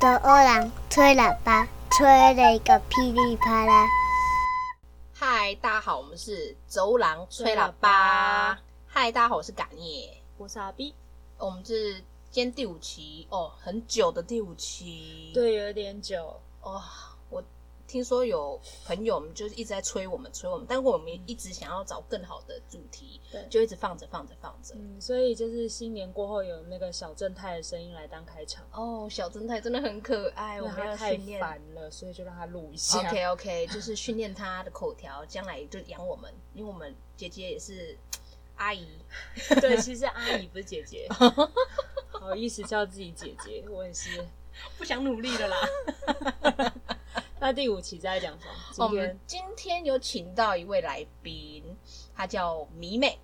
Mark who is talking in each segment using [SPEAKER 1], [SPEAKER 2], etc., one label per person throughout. [SPEAKER 1] 的欧郎吹喇叭，吹了一个噼里啪啦。
[SPEAKER 2] 嗨，大家好，我们是走廊吹喇叭。嗨，大家好，我是感业，哦
[SPEAKER 3] 我是阿 B，
[SPEAKER 2] 我们是今天第五期哦，很久的第五期。
[SPEAKER 3] 对，有点久，
[SPEAKER 2] 哦，我听说有朋友们就是一直在催我们，催我们，但我们一直想要找更好的主题，
[SPEAKER 3] 对
[SPEAKER 2] 就一直放着放着放着。
[SPEAKER 3] 嗯，所以就是新年过后有那个小正太的声音来当开场，
[SPEAKER 2] 哦，小正太真的很可爱，哎
[SPEAKER 3] 因
[SPEAKER 2] 我
[SPEAKER 3] 为
[SPEAKER 2] 们
[SPEAKER 3] 他
[SPEAKER 2] 要
[SPEAKER 3] 太
[SPEAKER 2] 训练。
[SPEAKER 3] 烦了，所以就让他录一下。
[SPEAKER 2] OK OK，就是训练他的口条，将来就养我们，因为我们姐姐也是阿姨。
[SPEAKER 3] 对，其实阿姨不是姐 姐，好意思叫自己姐姐，我也是。
[SPEAKER 2] 不想努力了啦。
[SPEAKER 3] 那第五期在讲什么？
[SPEAKER 2] 我
[SPEAKER 3] 今
[SPEAKER 2] 们
[SPEAKER 3] 天
[SPEAKER 2] 今天有请到一位来宾，她叫迷妹，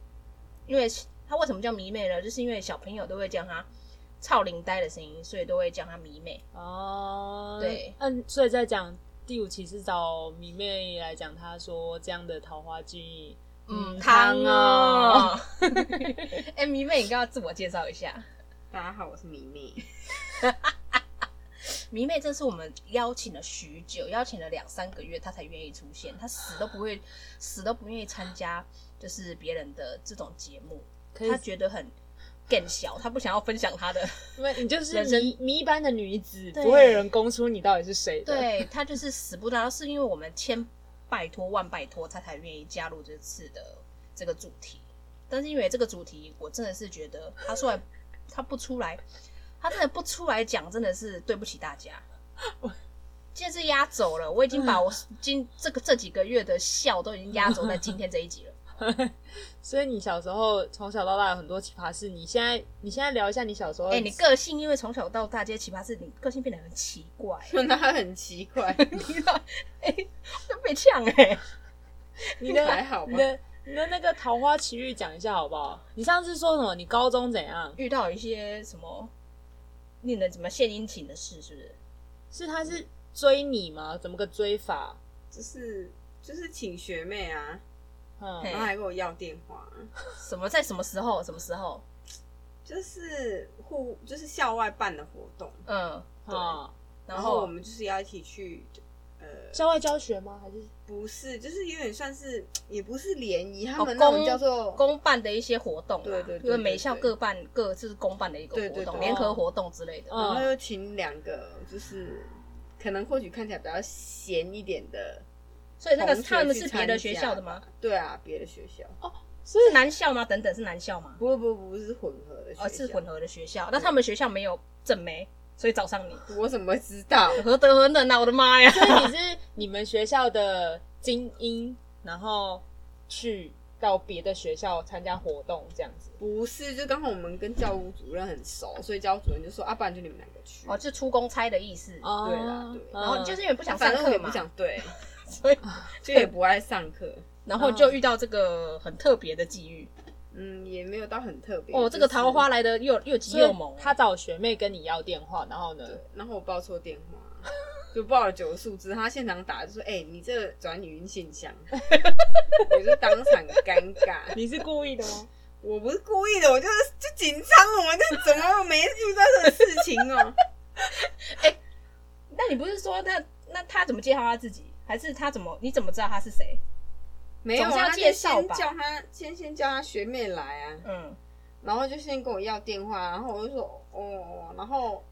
[SPEAKER 2] 因为她为什么叫迷妹呢？就是因为小朋友都会叫她超灵呆的声音，所以都会叫她迷妹。
[SPEAKER 3] 哦，
[SPEAKER 2] 对
[SPEAKER 3] 嗯，所以在讲第五期是找迷妹来讲，她说这样的桃花剧，
[SPEAKER 2] 嗯，
[SPEAKER 3] 汤
[SPEAKER 2] 汤哦。 哎、迷妹，你刚刚自我介绍一下。
[SPEAKER 4] 大家好，我是迷迷。
[SPEAKER 2] 迷妹，这是我们邀请了许久，邀请了两三个月，她才愿意出现。她死都不会，死都不愿意参加，就是别人的这种节目。
[SPEAKER 3] 可以
[SPEAKER 2] 她觉得很更小，她不想要分享她的。
[SPEAKER 3] 因为你就是
[SPEAKER 2] 人生
[SPEAKER 3] 迷迷般的女子，
[SPEAKER 2] 对
[SPEAKER 3] 不会有人供出你到底是谁的。，
[SPEAKER 2] 对他就是死不搭，是因为我们千拜托万拜托，他才愿意加入这次的这个主题。但是因为这个主题，我真的是觉得他出来，他不出来，他真的不出来讲，真的是对不起大家。今天是压走了，我已经把
[SPEAKER 4] 嗯
[SPEAKER 2] 我今这个这几个月的笑都已经压走在今天这一 集了。
[SPEAKER 3] 所以你小时候从小到大有很多奇葩事。你现在你现在聊一下你小时候，
[SPEAKER 2] 哎、你个性因为从小到大这些奇葩事，你个性变得很奇怪，
[SPEAKER 4] 那很奇怪，
[SPEAKER 2] 你知道？哎、都被呛哎、
[SPEAKER 3] 你的
[SPEAKER 4] 还好吧
[SPEAKER 3] 你的你的那个桃花奇遇讲一下好不好？你上次说什么？你高中怎样？
[SPEAKER 2] 遇到一些什么令人怎么献殷勤的事，是不是？
[SPEAKER 3] 是他是追你吗？怎么个追法？
[SPEAKER 4] 就是就是请学妹啊，
[SPEAKER 3] 嗯
[SPEAKER 2] 嘿
[SPEAKER 4] 然后还跟我要电话，
[SPEAKER 2] 什么在什么时候？什么时候？
[SPEAKER 4] 就是户就是校外办的活动，
[SPEAKER 2] 嗯，对。
[SPEAKER 3] 啊，
[SPEAKER 2] 然
[SPEAKER 4] 然后我
[SPEAKER 2] 后哦
[SPEAKER 4] 们就是要一起去，呃，
[SPEAKER 3] 校外教学吗？还是
[SPEAKER 4] 不是，就是有点算是也不是联谊，他
[SPEAKER 2] 哦
[SPEAKER 4] 们那种
[SPEAKER 2] 公
[SPEAKER 4] 叫做
[SPEAKER 2] 公办的一些活动啊，
[SPEAKER 4] 对对对
[SPEAKER 2] 就是每
[SPEAKER 4] 对
[SPEAKER 2] 校
[SPEAKER 4] 对
[SPEAKER 2] 各办各，就是公办的一个
[SPEAKER 4] 对
[SPEAKER 2] 活
[SPEAKER 4] 对
[SPEAKER 2] 动，
[SPEAKER 4] 对
[SPEAKER 2] 联合活动之类的。
[SPEAKER 3] 嗯
[SPEAKER 4] 然后又请两个就是可能或许看起来比较闲一点的，
[SPEAKER 2] 所以那个
[SPEAKER 4] 同学
[SPEAKER 2] 他们
[SPEAKER 4] 去
[SPEAKER 2] 是别的
[SPEAKER 4] 参
[SPEAKER 2] 学
[SPEAKER 4] 加
[SPEAKER 2] 校的吗？
[SPEAKER 4] 对啊，别的学校，
[SPEAKER 2] 是 男校吗？等等，是男校吗？
[SPEAKER 4] 不不不是混合的学校，
[SPEAKER 2] 哦，是混，合的学校。那他们学校没有正媒，所以找上你，
[SPEAKER 4] 我怎么会知道？
[SPEAKER 2] 何德何能啊！我的妈呀！
[SPEAKER 3] 所以你是你们学校的精英，然后去到别的学校参加活动这样子。
[SPEAKER 4] 不是，就刚好我们跟教务主任很熟，所以教务主任就说啊，不然就你们两个去。
[SPEAKER 2] 哦，就出公差的意思。
[SPEAKER 3] 哦
[SPEAKER 4] 对啦对
[SPEAKER 2] 然后就是因为不想上
[SPEAKER 4] 反正我
[SPEAKER 2] 课
[SPEAKER 4] 也不
[SPEAKER 2] 嘛，
[SPEAKER 4] 想 对，
[SPEAKER 2] 所以
[SPEAKER 4] 就也不爱上课。
[SPEAKER 2] 然后就遇到这个很特别的际遇。
[SPEAKER 4] 嗯，也没有到很特别。
[SPEAKER 2] 哦，这个桃花来的又又急
[SPEAKER 3] 所以
[SPEAKER 2] 又猛，
[SPEAKER 3] 他找学妹跟你要电话，然后呢
[SPEAKER 4] 就是、，对，然后我报错电话，就报了九个数字，他现场打就说：“哎、你这个转语音信箱。”我就当场尴尬。
[SPEAKER 3] 你是故意的吗？
[SPEAKER 4] 我不是故意的，我就是就紧张，我就怎么没遇到这个事情哦？
[SPEAKER 2] 那你不是说那那他怎么介绍他自己？还是他怎么你怎么知道他是谁？
[SPEAKER 4] 没有
[SPEAKER 2] 总是要
[SPEAKER 4] 啊，他就
[SPEAKER 2] 介绍
[SPEAKER 4] 先
[SPEAKER 2] 吧
[SPEAKER 4] 叫他先先叫他学妹来啊。
[SPEAKER 2] 嗯，
[SPEAKER 4] 然后就先跟我要电话，然后我就说哦，然后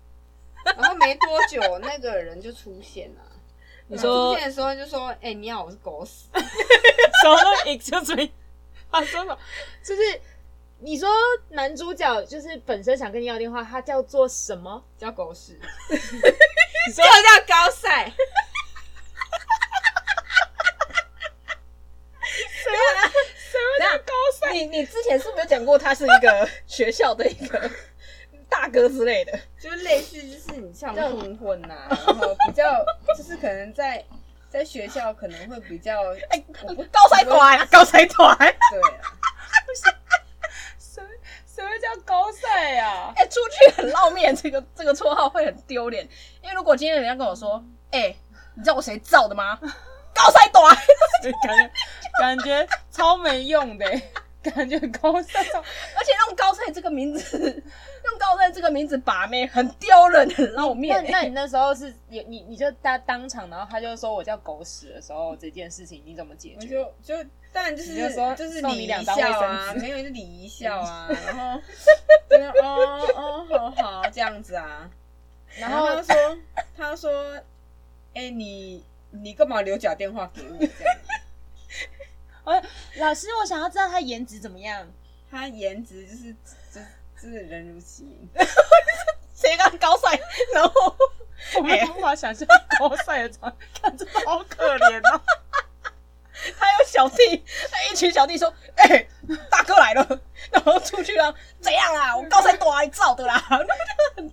[SPEAKER 4] 然后没多久那个人就出现了。
[SPEAKER 3] 你
[SPEAKER 4] 出
[SPEAKER 3] 说
[SPEAKER 4] 现的时候就说：“哎、你好，我是狗屎。
[SPEAKER 3] 什么 excuse me？他说什么？就是你说男主角就是本身想跟你要电话，他叫做什么？”
[SPEAKER 4] 叫狗屎，
[SPEAKER 3] 你说
[SPEAKER 4] 就叫高赛。
[SPEAKER 2] 那高三，你你之前是不是有讲过他是一 个学校的一个大哥之类的？
[SPEAKER 4] 就类似就是你像混混 呐、然后比较就是可能在在学校可能会比较，
[SPEAKER 2] 哎，高三团啊， 高三团！
[SPEAKER 4] 对啊，
[SPEAKER 3] 什么叫高赛 啊？
[SPEAKER 2] 哎，出去很露面，这个这个绰号会很丢脸。因为如果今天人家跟我说，哎，你知道我谁造 的吗？高三团，
[SPEAKER 3] 感觉感觉超没用的欸。 感觉高尚。
[SPEAKER 2] 而且用高菜这个名字，用高菜这个名字把妹很丢人，很露面
[SPEAKER 3] 那
[SPEAKER 2] 欸、
[SPEAKER 3] 那你那时候是你你你就他当场，然后他就说我叫狗屎的时候，这件事情你怎么解
[SPEAKER 4] 我
[SPEAKER 3] 决？
[SPEAKER 4] 就就当然就是
[SPEAKER 3] 你就说
[SPEAKER 4] 是
[SPEAKER 3] 送
[SPEAKER 4] 礼
[SPEAKER 3] 你
[SPEAKER 4] 一
[SPEAKER 3] 两张卫
[SPEAKER 4] 笑啊，
[SPEAKER 3] 生纸
[SPEAKER 4] 没有就 礼一笑啊，然后就是哦哦好好这样子啊，
[SPEAKER 3] 然
[SPEAKER 4] 然后
[SPEAKER 3] 后
[SPEAKER 4] 他说他说，哎、你你干嘛留假电话给我？这样
[SPEAKER 3] 老师，我想要知道他颜值怎么样。
[SPEAKER 4] 他颜值就是就是就是人如其名，
[SPEAKER 2] 谁敢高赛？然后
[SPEAKER 3] 我没有办法想象高赛的场景， 看真的好可怜哦。
[SPEAKER 2] 还有小弟，他一群小弟说：“哎、大哥来了。” 然后出去啊，怎样啊？我高赛多来照的啦， 很丢人呐、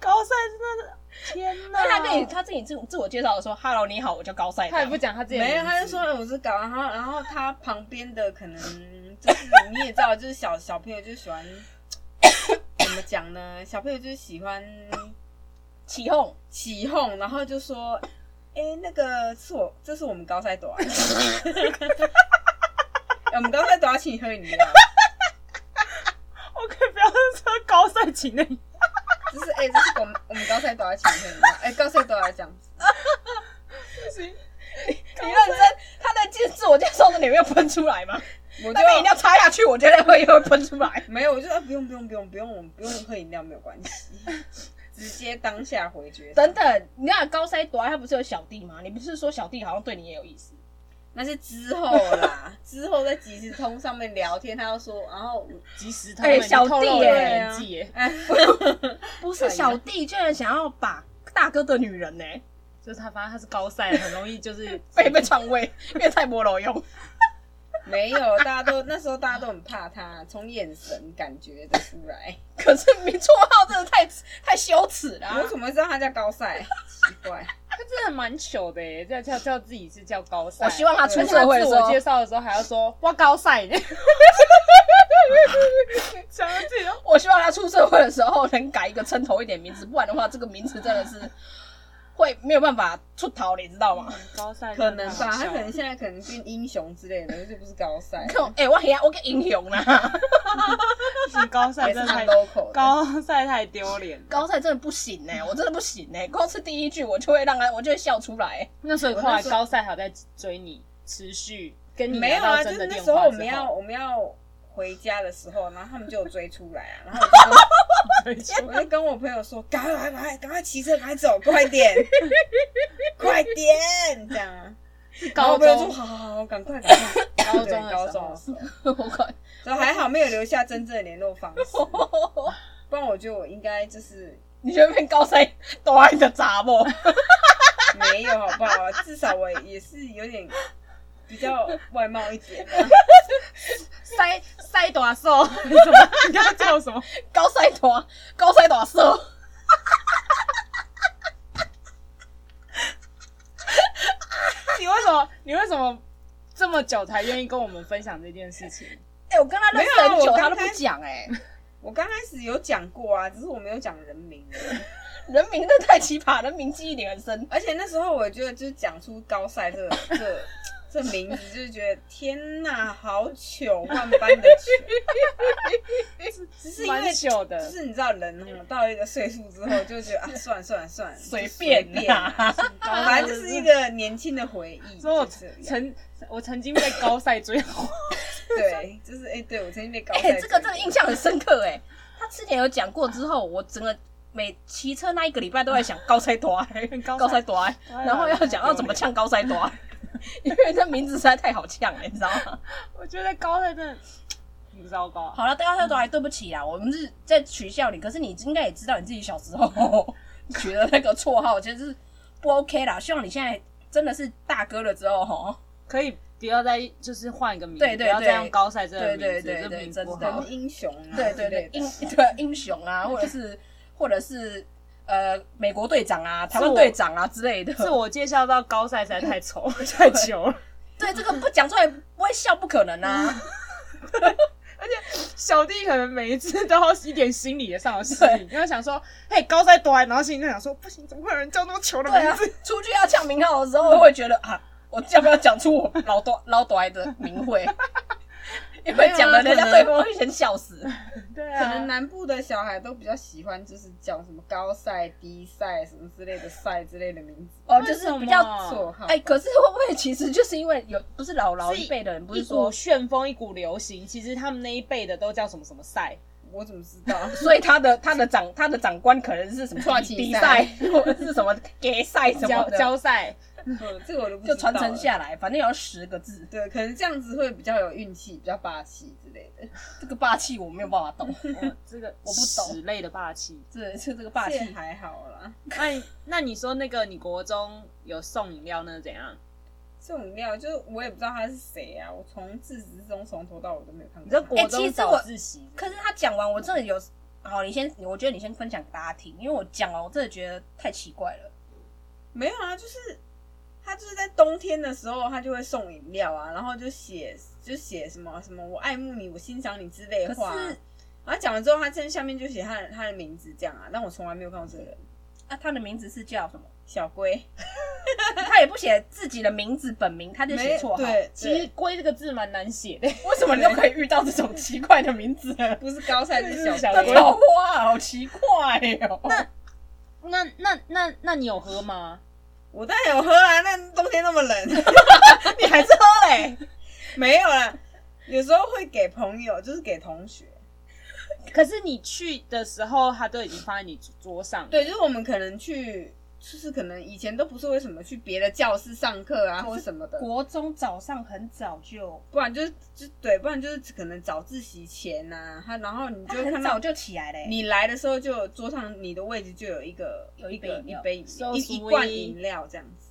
[SPEAKER 3] 高赛真的是，天哪！
[SPEAKER 2] 那他跟你他自己自自我介绍的时候，“Hello，你好，我叫高赛。”
[SPEAKER 5] 他也不讲他自己的
[SPEAKER 4] 没有，他
[SPEAKER 5] 名
[SPEAKER 4] 就
[SPEAKER 5] 字
[SPEAKER 4] 说哎我是搞，然后然后他旁边的可能就是你也知道，就是小小朋友就喜欢 怎么讲呢？小朋友就是喜欢
[SPEAKER 2] 起哄，
[SPEAKER 4] 起哄，然后就说：“哎、那个是我，这是我们高赛朵、啊， 哎我们高赛朵要请你喝饮料，
[SPEAKER 3] 我可以不要说高赛情的，
[SPEAKER 4] 就是哎、这是我们我们高赛朵要请你喝饮料，哎、高赛朵要这样子，
[SPEAKER 2] 你认真，他在介自我介绍的里面喷出来吗？
[SPEAKER 4] 我
[SPEAKER 2] 那边饮
[SPEAKER 4] 就
[SPEAKER 2] 料插下去，我觉得会会喷出来。
[SPEAKER 4] 没有，我就说、啊、不用不用不用不用，我们不用喝饮料没有关系，直接当下回绝，
[SPEAKER 2] 等等，你看高塞朵，他不是有小弟吗？你不是说小弟好像对你也有意思？
[SPEAKER 4] 那是之后啦，之后在即时通上面聊天，他要说，然后我哦啊
[SPEAKER 3] 即时他
[SPEAKER 2] 哎
[SPEAKER 3] 们已经
[SPEAKER 2] 小
[SPEAKER 3] 透露
[SPEAKER 2] 弟
[SPEAKER 3] 了
[SPEAKER 2] 耶
[SPEAKER 3] 年纪耶，
[SPEAKER 2] 不是小弟，居然想要把大哥的女人 呢、
[SPEAKER 3] 就是他，反正他是高赛，很容易就是
[SPEAKER 2] 被被篡位， 因为太没路用。
[SPEAKER 4] 没有，大家都那时候大家都很怕他，从眼神感觉得出来。
[SPEAKER 2] 可是你绰号真的太太羞耻了、啊
[SPEAKER 3] 啊
[SPEAKER 4] 我怎么会知道他叫高赛？奇怪。
[SPEAKER 3] 他真的蛮糗的耶，叫叫叫自己是叫高赛。
[SPEAKER 2] 我希望他出
[SPEAKER 3] 而且
[SPEAKER 2] 社
[SPEAKER 3] 他
[SPEAKER 2] 会的
[SPEAKER 3] 自
[SPEAKER 2] 时
[SPEAKER 3] 我
[SPEAKER 2] 候
[SPEAKER 3] 介，绍的时候还要说“哇高 赛”，想到自己都
[SPEAKER 2] 我希望他出社会的时候能改一个称头一点名字，不然的话，这个名字真的是会没有办法出逃，你知道吗？
[SPEAKER 3] 高赛
[SPEAKER 4] 可能吧，他
[SPEAKER 3] 他
[SPEAKER 4] 可能现在可能变英雄之类的，就不是高赛，
[SPEAKER 2] 看我，哎、我黑我个英雄啦！
[SPEAKER 3] 高赛
[SPEAKER 4] 还
[SPEAKER 3] 真
[SPEAKER 4] 是
[SPEAKER 3] 的 太
[SPEAKER 4] 蛮 local 的。
[SPEAKER 3] 高赛太丢脸。
[SPEAKER 2] 高赛真的不行呢、我真的不行呢、光是第一句我就会让他，我就会笑出来、
[SPEAKER 3] 那所以后
[SPEAKER 4] 我
[SPEAKER 3] 来
[SPEAKER 4] 那时候
[SPEAKER 3] 高赛还有在追你，持续跟你
[SPEAKER 4] 没有
[SPEAKER 3] 拿
[SPEAKER 4] 啊，
[SPEAKER 3] 到
[SPEAKER 4] 就是
[SPEAKER 3] 真的
[SPEAKER 4] 那
[SPEAKER 3] 电
[SPEAKER 4] 时候
[SPEAKER 3] 话
[SPEAKER 4] 我
[SPEAKER 3] 之
[SPEAKER 4] 们要
[SPEAKER 3] 后，
[SPEAKER 4] 我们要回家的时候，然后他们就有追出来啊，然后我
[SPEAKER 3] 追出
[SPEAKER 4] 就跟我就跟我朋友说，赶快赶快赶快骑车，赶快走，快点， 快点，这样 啊。然后
[SPEAKER 3] 高
[SPEAKER 4] 我朋友说
[SPEAKER 3] 中
[SPEAKER 4] 好好好，赶快赶快。
[SPEAKER 3] 高
[SPEAKER 4] 对
[SPEAKER 3] 中的
[SPEAKER 4] 高
[SPEAKER 3] 时
[SPEAKER 4] 中
[SPEAKER 3] 候
[SPEAKER 4] 的，时候，
[SPEAKER 2] 我快，
[SPEAKER 4] 所以还好没有留下真正的联络方式，不然我觉得我应该就是
[SPEAKER 2] 你觉得变高 赛都爱的杂不？
[SPEAKER 4] 没有，好不好？至少我也是有点比较外貌一点，啊
[SPEAKER 3] 塞塞
[SPEAKER 2] 啊
[SPEAKER 3] 短寿，什么？ 你刚刚叫什么？
[SPEAKER 2] 高赛团，高赛团社。
[SPEAKER 3] 你为什么？你为什么这么久才愿意跟我们分享这件事情？
[SPEAKER 2] 哎、我跟他认识很
[SPEAKER 4] 没有
[SPEAKER 2] 久，
[SPEAKER 4] 啊我
[SPEAKER 2] 他
[SPEAKER 4] 刚
[SPEAKER 2] 都不
[SPEAKER 4] 开始
[SPEAKER 2] 讲哎、
[SPEAKER 3] 欸
[SPEAKER 4] 我刚开始有讲过啊，只是我没有讲人名而已。
[SPEAKER 2] 人名真的太奇葩，人名记忆点很深。
[SPEAKER 4] 而且那时候我觉得，就是讲出高赛这个 这这名字，就是觉得天哪，好糗，万般的糗。 只是因为
[SPEAKER 3] 蛮糗
[SPEAKER 4] 就
[SPEAKER 3] 的，
[SPEAKER 4] 是你知道人哦，到一个岁数之后，就觉得啊，算了算了算了，
[SPEAKER 2] 随
[SPEAKER 4] 就
[SPEAKER 2] 便
[SPEAKER 4] 随便
[SPEAKER 2] 啦
[SPEAKER 4] 啊， 反正就是一个年轻的回忆，
[SPEAKER 3] 所以我
[SPEAKER 4] 就这样。
[SPEAKER 3] 曾我曾经被高赛追过，
[SPEAKER 4] 对，就是哎，对我曾经被高
[SPEAKER 2] 哎、
[SPEAKER 4] 赛，
[SPEAKER 2] 这个真的印象很深刻哎、他之前有讲过之后，我整个每骑车那一个礼拜都在想高塞多哎，
[SPEAKER 3] 高塞
[SPEAKER 2] 高塞多哎，
[SPEAKER 3] 哎
[SPEAKER 2] 然后要讲要怎么呛高塞多哎， 因为这名字实在太好呛了、你知道吗？
[SPEAKER 3] 我觉得高赛真的挺糟糕。
[SPEAKER 2] 好了，高塞多哎，对不起啊，我们是在取笑你，可是你应该也知道你自己小时候取的那个绰号其实是不 OK 啦，希望你现在真的是大哥了之后吼。
[SPEAKER 3] 可以不要再就是换一个名字，
[SPEAKER 2] 对对
[SPEAKER 3] 不要再
[SPEAKER 2] 对
[SPEAKER 3] 用高赛这个
[SPEAKER 2] 对
[SPEAKER 3] 名字，
[SPEAKER 2] 对对
[SPEAKER 3] 这
[SPEAKER 2] 对
[SPEAKER 3] 名字
[SPEAKER 2] 真
[SPEAKER 3] 不
[SPEAKER 2] 的
[SPEAKER 3] 好
[SPEAKER 4] 人。英雄啊，
[SPEAKER 2] 哦对对
[SPEAKER 4] 之
[SPEAKER 2] 对
[SPEAKER 4] 类的，
[SPEAKER 2] 英 对英雄啊，或者是或者是呃美国队长啊、台湾
[SPEAKER 3] 我
[SPEAKER 2] 队长啊之类的。
[SPEAKER 3] 自我介绍到高赛实在 太丑太糗了，
[SPEAKER 2] 对这个不讲出来不会笑不可能啊。
[SPEAKER 3] 小弟可能每一次都要一点心理的上的适应，因为想说，嘿，高赛多来，然后心里就想说，不行，怎么会有人叫那么糗的
[SPEAKER 2] 对
[SPEAKER 3] 名
[SPEAKER 2] 啊
[SPEAKER 3] 字？，
[SPEAKER 2] 出去要抢 名号的时候会觉得啊，我要不要讲出我老多老多的名讳？
[SPEAKER 4] 因为讲了人家对方会先笑死。
[SPEAKER 3] 对
[SPEAKER 4] 可能
[SPEAKER 3] 啊，
[SPEAKER 4] 南部的小孩都比较喜欢，就是叫什么高赛、低赛什么之类的赛之类的名字。
[SPEAKER 2] 哦，
[SPEAKER 3] 为
[SPEAKER 2] 就是
[SPEAKER 3] 什
[SPEAKER 2] 比较
[SPEAKER 3] 么
[SPEAKER 4] 绰号
[SPEAKER 2] 哎、可是会不会其实就是因为有不是老老一辈的人不
[SPEAKER 3] 一
[SPEAKER 2] 是
[SPEAKER 3] 股
[SPEAKER 2] 说，？
[SPEAKER 3] 旋风，一股流行，其实他们那一辈的都叫什么什么赛，
[SPEAKER 4] 我怎么知道
[SPEAKER 2] 所以他的他的长他的长官可能是什么
[SPEAKER 4] 串
[SPEAKER 2] 比
[SPEAKER 4] 起
[SPEAKER 2] 比
[SPEAKER 4] 赛
[SPEAKER 2] 赛或者是什么给赛什么
[SPEAKER 3] 交
[SPEAKER 2] 的，
[SPEAKER 3] 交赛，
[SPEAKER 4] 嗯这个我都不知
[SPEAKER 2] 就
[SPEAKER 4] 道了
[SPEAKER 2] 传承。下来，反正也要十个字。
[SPEAKER 4] 对，可能这样子会比较有运气，比较霸气之类的。
[SPEAKER 2] 这个霸气我没有办法懂，
[SPEAKER 3] 我这个
[SPEAKER 2] 嗯我不懂
[SPEAKER 3] 屎类的霸气。
[SPEAKER 2] 这就这个霸
[SPEAKER 4] 这
[SPEAKER 2] 气
[SPEAKER 4] 也还好啦。
[SPEAKER 3] 那你哎那你说那个你国中有送饮料那是怎样？
[SPEAKER 4] 这种料就是我也不知道他是谁啊，我从自始至终从头到尾都没有看
[SPEAKER 2] 你知
[SPEAKER 4] 过他。
[SPEAKER 2] 道国
[SPEAKER 4] 哎
[SPEAKER 2] 中
[SPEAKER 4] 其实
[SPEAKER 2] 早
[SPEAKER 4] 我
[SPEAKER 2] 自习，可是他讲完，我真的有，好，你先，我觉得你先分享给大家听，因为我讲完，我真的觉得太奇怪了。
[SPEAKER 4] 没有啊，就是他就是在冬天的时候，他就会送饮料啊，然后就写就写什么什么我爱慕你，我欣赏你之类
[SPEAKER 2] 可
[SPEAKER 4] 的话啊。
[SPEAKER 2] 是
[SPEAKER 4] 然后讲完之后，他正下面就写他的他的名字这样啊，但我从来没有看过这个人，
[SPEAKER 2] 啊，他的名字是叫什么？
[SPEAKER 4] 小龟，
[SPEAKER 2] 他也不写自己的名字本名，他就写
[SPEAKER 4] 没
[SPEAKER 2] 绰号。
[SPEAKER 4] 对，
[SPEAKER 6] 其实
[SPEAKER 4] 对
[SPEAKER 6] “龟”这个字蛮难写的，
[SPEAKER 2] 为什么你都可以遇到这种奇怪的名字？
[SPEAKER 4] 不是高赛就是
[SPEAKER 6] 小
[SPEAKER 4] 小
[SPEAKER 2] 这
[SPEAKER 4] 龟
[SPEAKER 6] 龟，
[SPEAKER 2] 种话好奇怪哦。那
[SPEAKER 3] 那那那那你有喝吗？
[SPEAKER 4] 我当然有喝啊，那冬天那么冷，
[SPEAKER 2] 你还是喝嘞？
[SPEAKER 4] 没有啦，有时候会给朋友，就是给同学。
[SPEAKER 3] 可是你去的时候，他都已经放在你桌桌上。，
[SPEAKER 4] 对，就是我们可能去，就是可能以前都不是为什么去别的教室上课啊，或者什么的，
[SPEAKER 2] 国中早上很早就，
[SPEAKER 4] 不然就是就对，不然就是可能早自习前呐、他然后你
[SPEAKER 2] 他
[SPEAKER 4] 就会
[SPEAKER 2] 很
[SPEAKER 4] 看
[SPEAKER 2] 早
[SPEAKER 4] 到
[SPEAKER 2] 就起来嘞。
[SPEAKER 4] 你来的时候就有桌上你的位置就有一个
[SPEAKER 2] 有一
[SPEAKER 4] 一
[SPEAKER 2] 杯
[SPEAKER 4] 个
[SPEAKER 2] 饮
[SPEAKER 4] 一
[SPEAKER 2] 料
[SPEAKER 4] 杯饮
[SPEAKER 3] So
[SPEAKER 4] 一一罐
[SPEAKER 3] sweet 啊
[SPEAKER 4] 饮料这样子。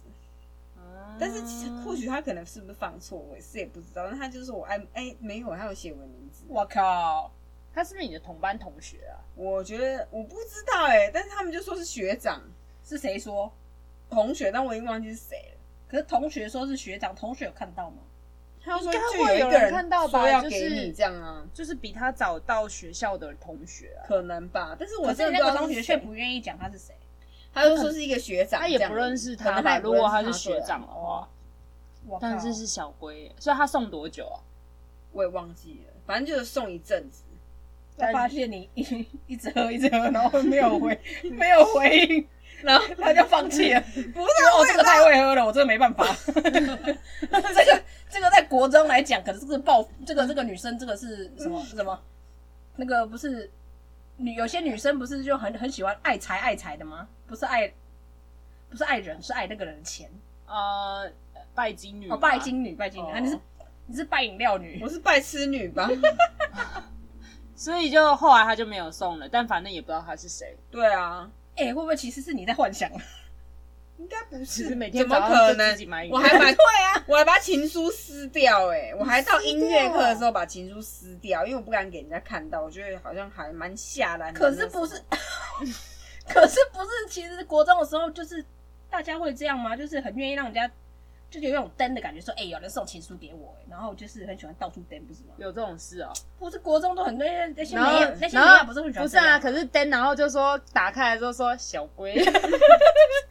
[SPEAKER 4] 但是其实或许他可能是不是放错，我也是也不知道。那他就是我爱哎没有，他有写我名字，
[SPEAKER 2] 我靠，
[SPEAKER 3] 他是不是你的同班同学啊？
[SPEAKER 4] 我觉得我不知道哎、但是他们就说是学长
[SPEAKER 2] 是谁说？
[SPEAKER 4] 同学，但我已经忘记是谁了。
[SPEAKER 2] 可是同学说是学长，同学有看到吗？
[SPEAKER 4] 他就说
[SPEAKER 3] 应该
[SPEAKER 4] 就
[SPEAKER 3] 会
[SPEAKER 4] 一
[SPEAKER 3] 有
[SPEAKER 4] 个
[SPEAKER 3] 人看到吧
[SPEAKER 4] 说要
[SPEAKER 3] 就
[SPEAKER 4] 给
[SPEAKER 3] 是
[SPEAKER 4] 你这样啊，
[SPEAKER 3] 就是比他早到学校的同学啊，
[SPEAKER 4] 可能吧。但是我
[SPEAKER 2] 可
[SPEAKER 4] 真
[SPEAKER 2] 是
[SPEAKER 4] 的
[SPEAKER 2] 那
[SPEAKER 4] 不知
[SPEAKER 2] 个
[SPEAKER 4] 道
[SPEAKER 2] 同
[SPEAKER 4] 是
[SPEAKER 2] 学
[SPEAKER 4] 谁
[SPEAKER 2] 却不愿意讲他是谁。
[SPEAKER 4] 他就说是一个学长
[SPEAKER 3] 他
[SPEAKER 4] 这
[SPEAKER 3] 也
[SPEAKER 4] 样，
[SPEAKER 3] 不认识
[SPEAKER 4] 可
[SPEAKER 3] 他
[SPEAKER 4] 能
[SPEAKER 3] 吧？
[SPEAKER 4] 也不
[SPEAKER 3] 如果
[SPEAKER 4] 认识
[SPEAKER 3] 他
[SPEAKER 4] 他
[SPEAKER 3] 是学长
[SPEAKER 4] 对
[SPEAKER 3] 的
[SPEAKER 4] 啊
[SPEAKER 3] 话，
[SPEAKER 2] 我靠
[SPEAKER 3] 但是是小龟耶，所以他送多久啊？
[SPEAKER 4] 我也忘记了，反正就是送一阵子。
[SPEAKER 2] 他发现你一一直喝一直喝，然后没有回没有回应，然后他就放弃了。 不是，哦，这个太会喝了，我真的没 办法。这个这个在国中来讲，可能这个暴这个这个女生这个是什么什么？那个不是女有些女生不是就很很喜欢爱财爱财的吗？不是爱不是爱人，是爱那个人的钱。
[SPEAKER 3] 呃，拜金女吗，
[SPEAKER 2] 哦，拜金女，拜金女，
[SPEAKER 3] 哦
[SPEAKER 2] 啊你是你是拜饮料女
[SPEAKER 4] 我。是拜痴女吧？
[SPEAKER 3] 所以就后来他就没有送了，但反正也不知道他是谁。
[SPEAKER 4] 对啊，
[SPEAKER 2] 哎，会不会其实是你在幻想？
[SPEAKER 4] 应该不
[SPEAKER 3] 其
[SPEAKER 4] 是
[SPEAKER 3] 实，每天
[SPEAKER 4] 怎么
[SPEAKER 3] 早上
[SPEAKER 4] 可
[SPEAKER 3] 就
[SPEAKER 4] 能
[SPEAKER 3] 自己买饮？料
[SPEAKER 4] 我还把对啊，我还把情书撕掉哎、我还到音乐课的时候把情书撕掉，因为我不敢给人家看到，我觉得好像还蛮吓人的。
[SPEAKER 2] 可是不是，可是不是，其实国中的时候就是大家会这样吗？就是很愿意让人家，就有那种登的感觉说、哎，有人送情书给我、然后就是很喜欢到处登，不是吗？
[SPEAKER 3] 有这种事哦、
[SPEAKER 2] 不是国中都很多那些
[SPEAKER 3] 然后
[SPEAKER 2] 美那些
[SPEAKER 3] 然
[SPEAKER 2] 美
[SPEAKER 3] 后
[SPEAKER 2] 亚不是很喜欢
[SPEAKER 3] 不是
[SPEAKER 2] 这
[SPEAKER 3] 啊，
[SPEAKER 2] 样
[SPEAKER 3] 可是灯，然后就说打开来之后说小龟，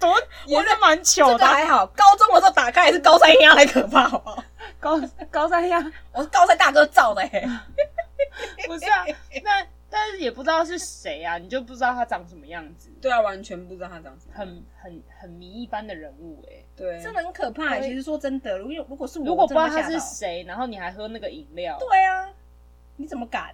[SPEAKER 3] 多也是蛮糗
[SPEAKER 2] 这
[SPEAKER 3] 的
[SPEAKER 2] 个
[SPEAKER 3] 啊。
[SPEAKER 2] 还好，高中的时候打开还是高三一样还可怕，好不 好？
[SPEAKER 3] 高高三呀，
[SPEAKER 2] 我是高三大哥造的、欸，
[SPEAKER 3] 不 是啊，那但是也不知道是谁啊，你就不知道他长什么样子，
[SPEAKER 4] 对啊，完全不知道他长什么样。
[SPEAKER 3] 很很很迷一般的人物哎、
[SPEAKER 4] 对，
[SPEAKER 2] 真的很可怕、欸其实说真的，如果如果是我，
[SPEAKER 3] 如果
[SPEAKER 2] 我
[SPEAKER 3] 不
[SPEAKER 2] 真
[SPEAKER 3] 知
[SPEAKER 2] 的
[SPEAKER 3] 道
[SPEAKER 2] 会
[SPEAKER 3] 他
[SPEAKER 2] 吓
[SPEAKER 3] 是
[SPEAKER 2] 到，
[SPEAKER 3] 谁，然后你还喝那个饮料，
[SPEAKER 2] 对啊，你怎么敢？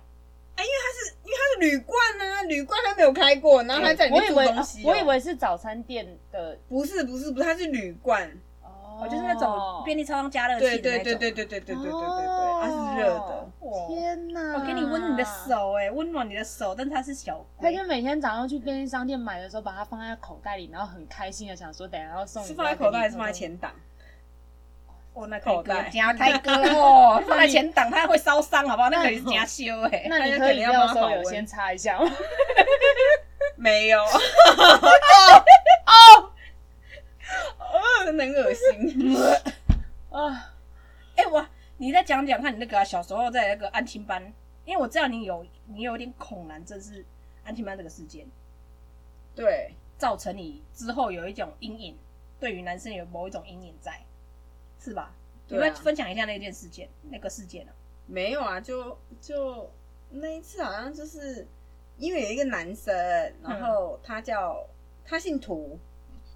[SPEAKER 4] 他是铝罐啊，铝罐他没有开过，然后他在里
[SPEAKER 3] 哎我
[SPEAKER 4] 面
[SPEAKER 3] 以
[SPEAKER 4] 煮
[SPEAKER 3] 为
[SPEAKER 4] 东西哦、
[SPEAKER 3] 我以为是早餐店的
[SPEAKER 4] 不是不是不是，他是铝罐。
[SPEAKER 3] 哦
[SPEAKER 2] 我就是那种便利超商加热器
[SPEAKER 4] 对
[SPEAKER 2] 的
[SPEAKER 4] 对
[SPEAKER 2] 那种，
[SPEAKER 4] 对对对对对对对对对，
[SPEAKER 3] 哦
[SPEAKER 4] 它是热的。
[SPEAKER 2] 哇
[SPEAKER 3] 天哪！
[SPEAKER 2] 我给你温你的。手、哎，温暖你的手，但它是小
[SPEAKER 3] 他
[SPEAKER 2] 龟
[SPEAKER 3] 就。每天早上去便利商店买的时候，把它放在口袋里，然后很开心的想说，等一下要送。
[SPEAKER 4] 是放在口袋还是放在？前档？
[SPEAKER 2] 哦，那
[SPEAKER 4] 口袋
[SPEAKER 2] 加泰哥 哦，放在前挡，它会烧伤，好不好？那可以加修哎。
[SPEAKER 3] 那你
[SPEAKER 4] 大
[SPEAKER 3] 喝
[SPEAKER 4] 家可
[SPEAKER 3] 饮
[SPEAKER 4] 能要
[SPEAKER 3] 料的
[SPEAKER 4] 帮
[SPEAKER 3] 时
[SPEAKER 4] 它
[SPEAKER 3] 候
[SPEAKER 4] 保
[SPEAKER 3] 有
[SPEAKER 4] 温
[SPEAKER 3] 先擦一下吗？
[SPEAKER 4] 没有。哦哦，真的很恶心。
[SPEAKER 3] 啊，
[SPEAKER 2] 哎、我你再讲讲看，你那个啊、小时候在那个安亲班，因为我知道你有你有点恐难，症是安亲班这个事件
[SPEAKER 4] 对，
[SPEAKER 2] 造成你之后有一种阴影，对于男生有某一种阴影在，是吧？
[SPEAKER 4] 对啊
[SPEAKER 2] 你要不要分享一下那件事件，那个事件啊，
[SPEAKER 4] 没有啊，就就那一次好像就是因为有一个男生，然后他叫他姓涂，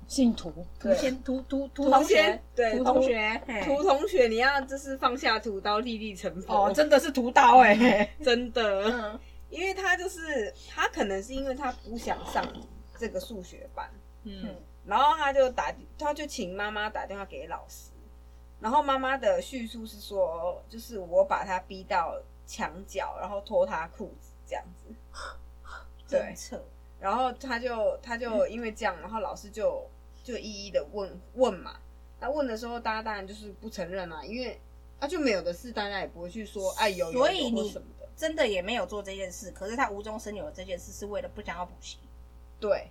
[SPEAKER 7] 信徒，
[SPEAKER 2] 涂先涂涂涂
[SPEAKER 4] 同
[SPEAKER 2] 同
[SPEAKER 4] 学
[SPEAKER 2] 学，
[SPEAKER 4] 对哎
[SPEAKER 2] 涂
[SPEAKER 4] 同
[SPEAKER 2] 同
[SPEAKER 4] 学
[SPEAKER 2] 学，
[SPEAKER 4] 涂同学，你要就是放下屠刀，立地成佛，
[SPEAKER 8] 哦，真的是屠刀哎、
[SPEAKER 3] 欸
[SPEAKER 4] 真的。
[SPEAKER 2] 嗯，
[SPEAKER 4] 因为他就是他可能是因为他不想上这个数学班，
[SPEAKER 7] 嗯，
[SPEAKER 4] 然后他就打他就请妈妈打电话给老师，然后妈妈的叙述是说，就是我把他逼到墙角，然后脱他裤子这样 子，对
[SPEAKER 2] 真，扯，
[SPEAKER 4] 然后他就他就因为这样，然后老师就就一一的问问嘛，那问的时候大家当然就是不承认啦、因为啊就没有的事，大家也不会去说哎有有
[SPEAKER 2] 所以
[SPEAKER 4] 有或
[SPEAKER 2] 你
[SPEAKER 4] 什么的，
[SPEAKER 2] 真的也没有做这件事，可是他无中生有这件事是为了不想要补习。
[SPEAKER 4] 对，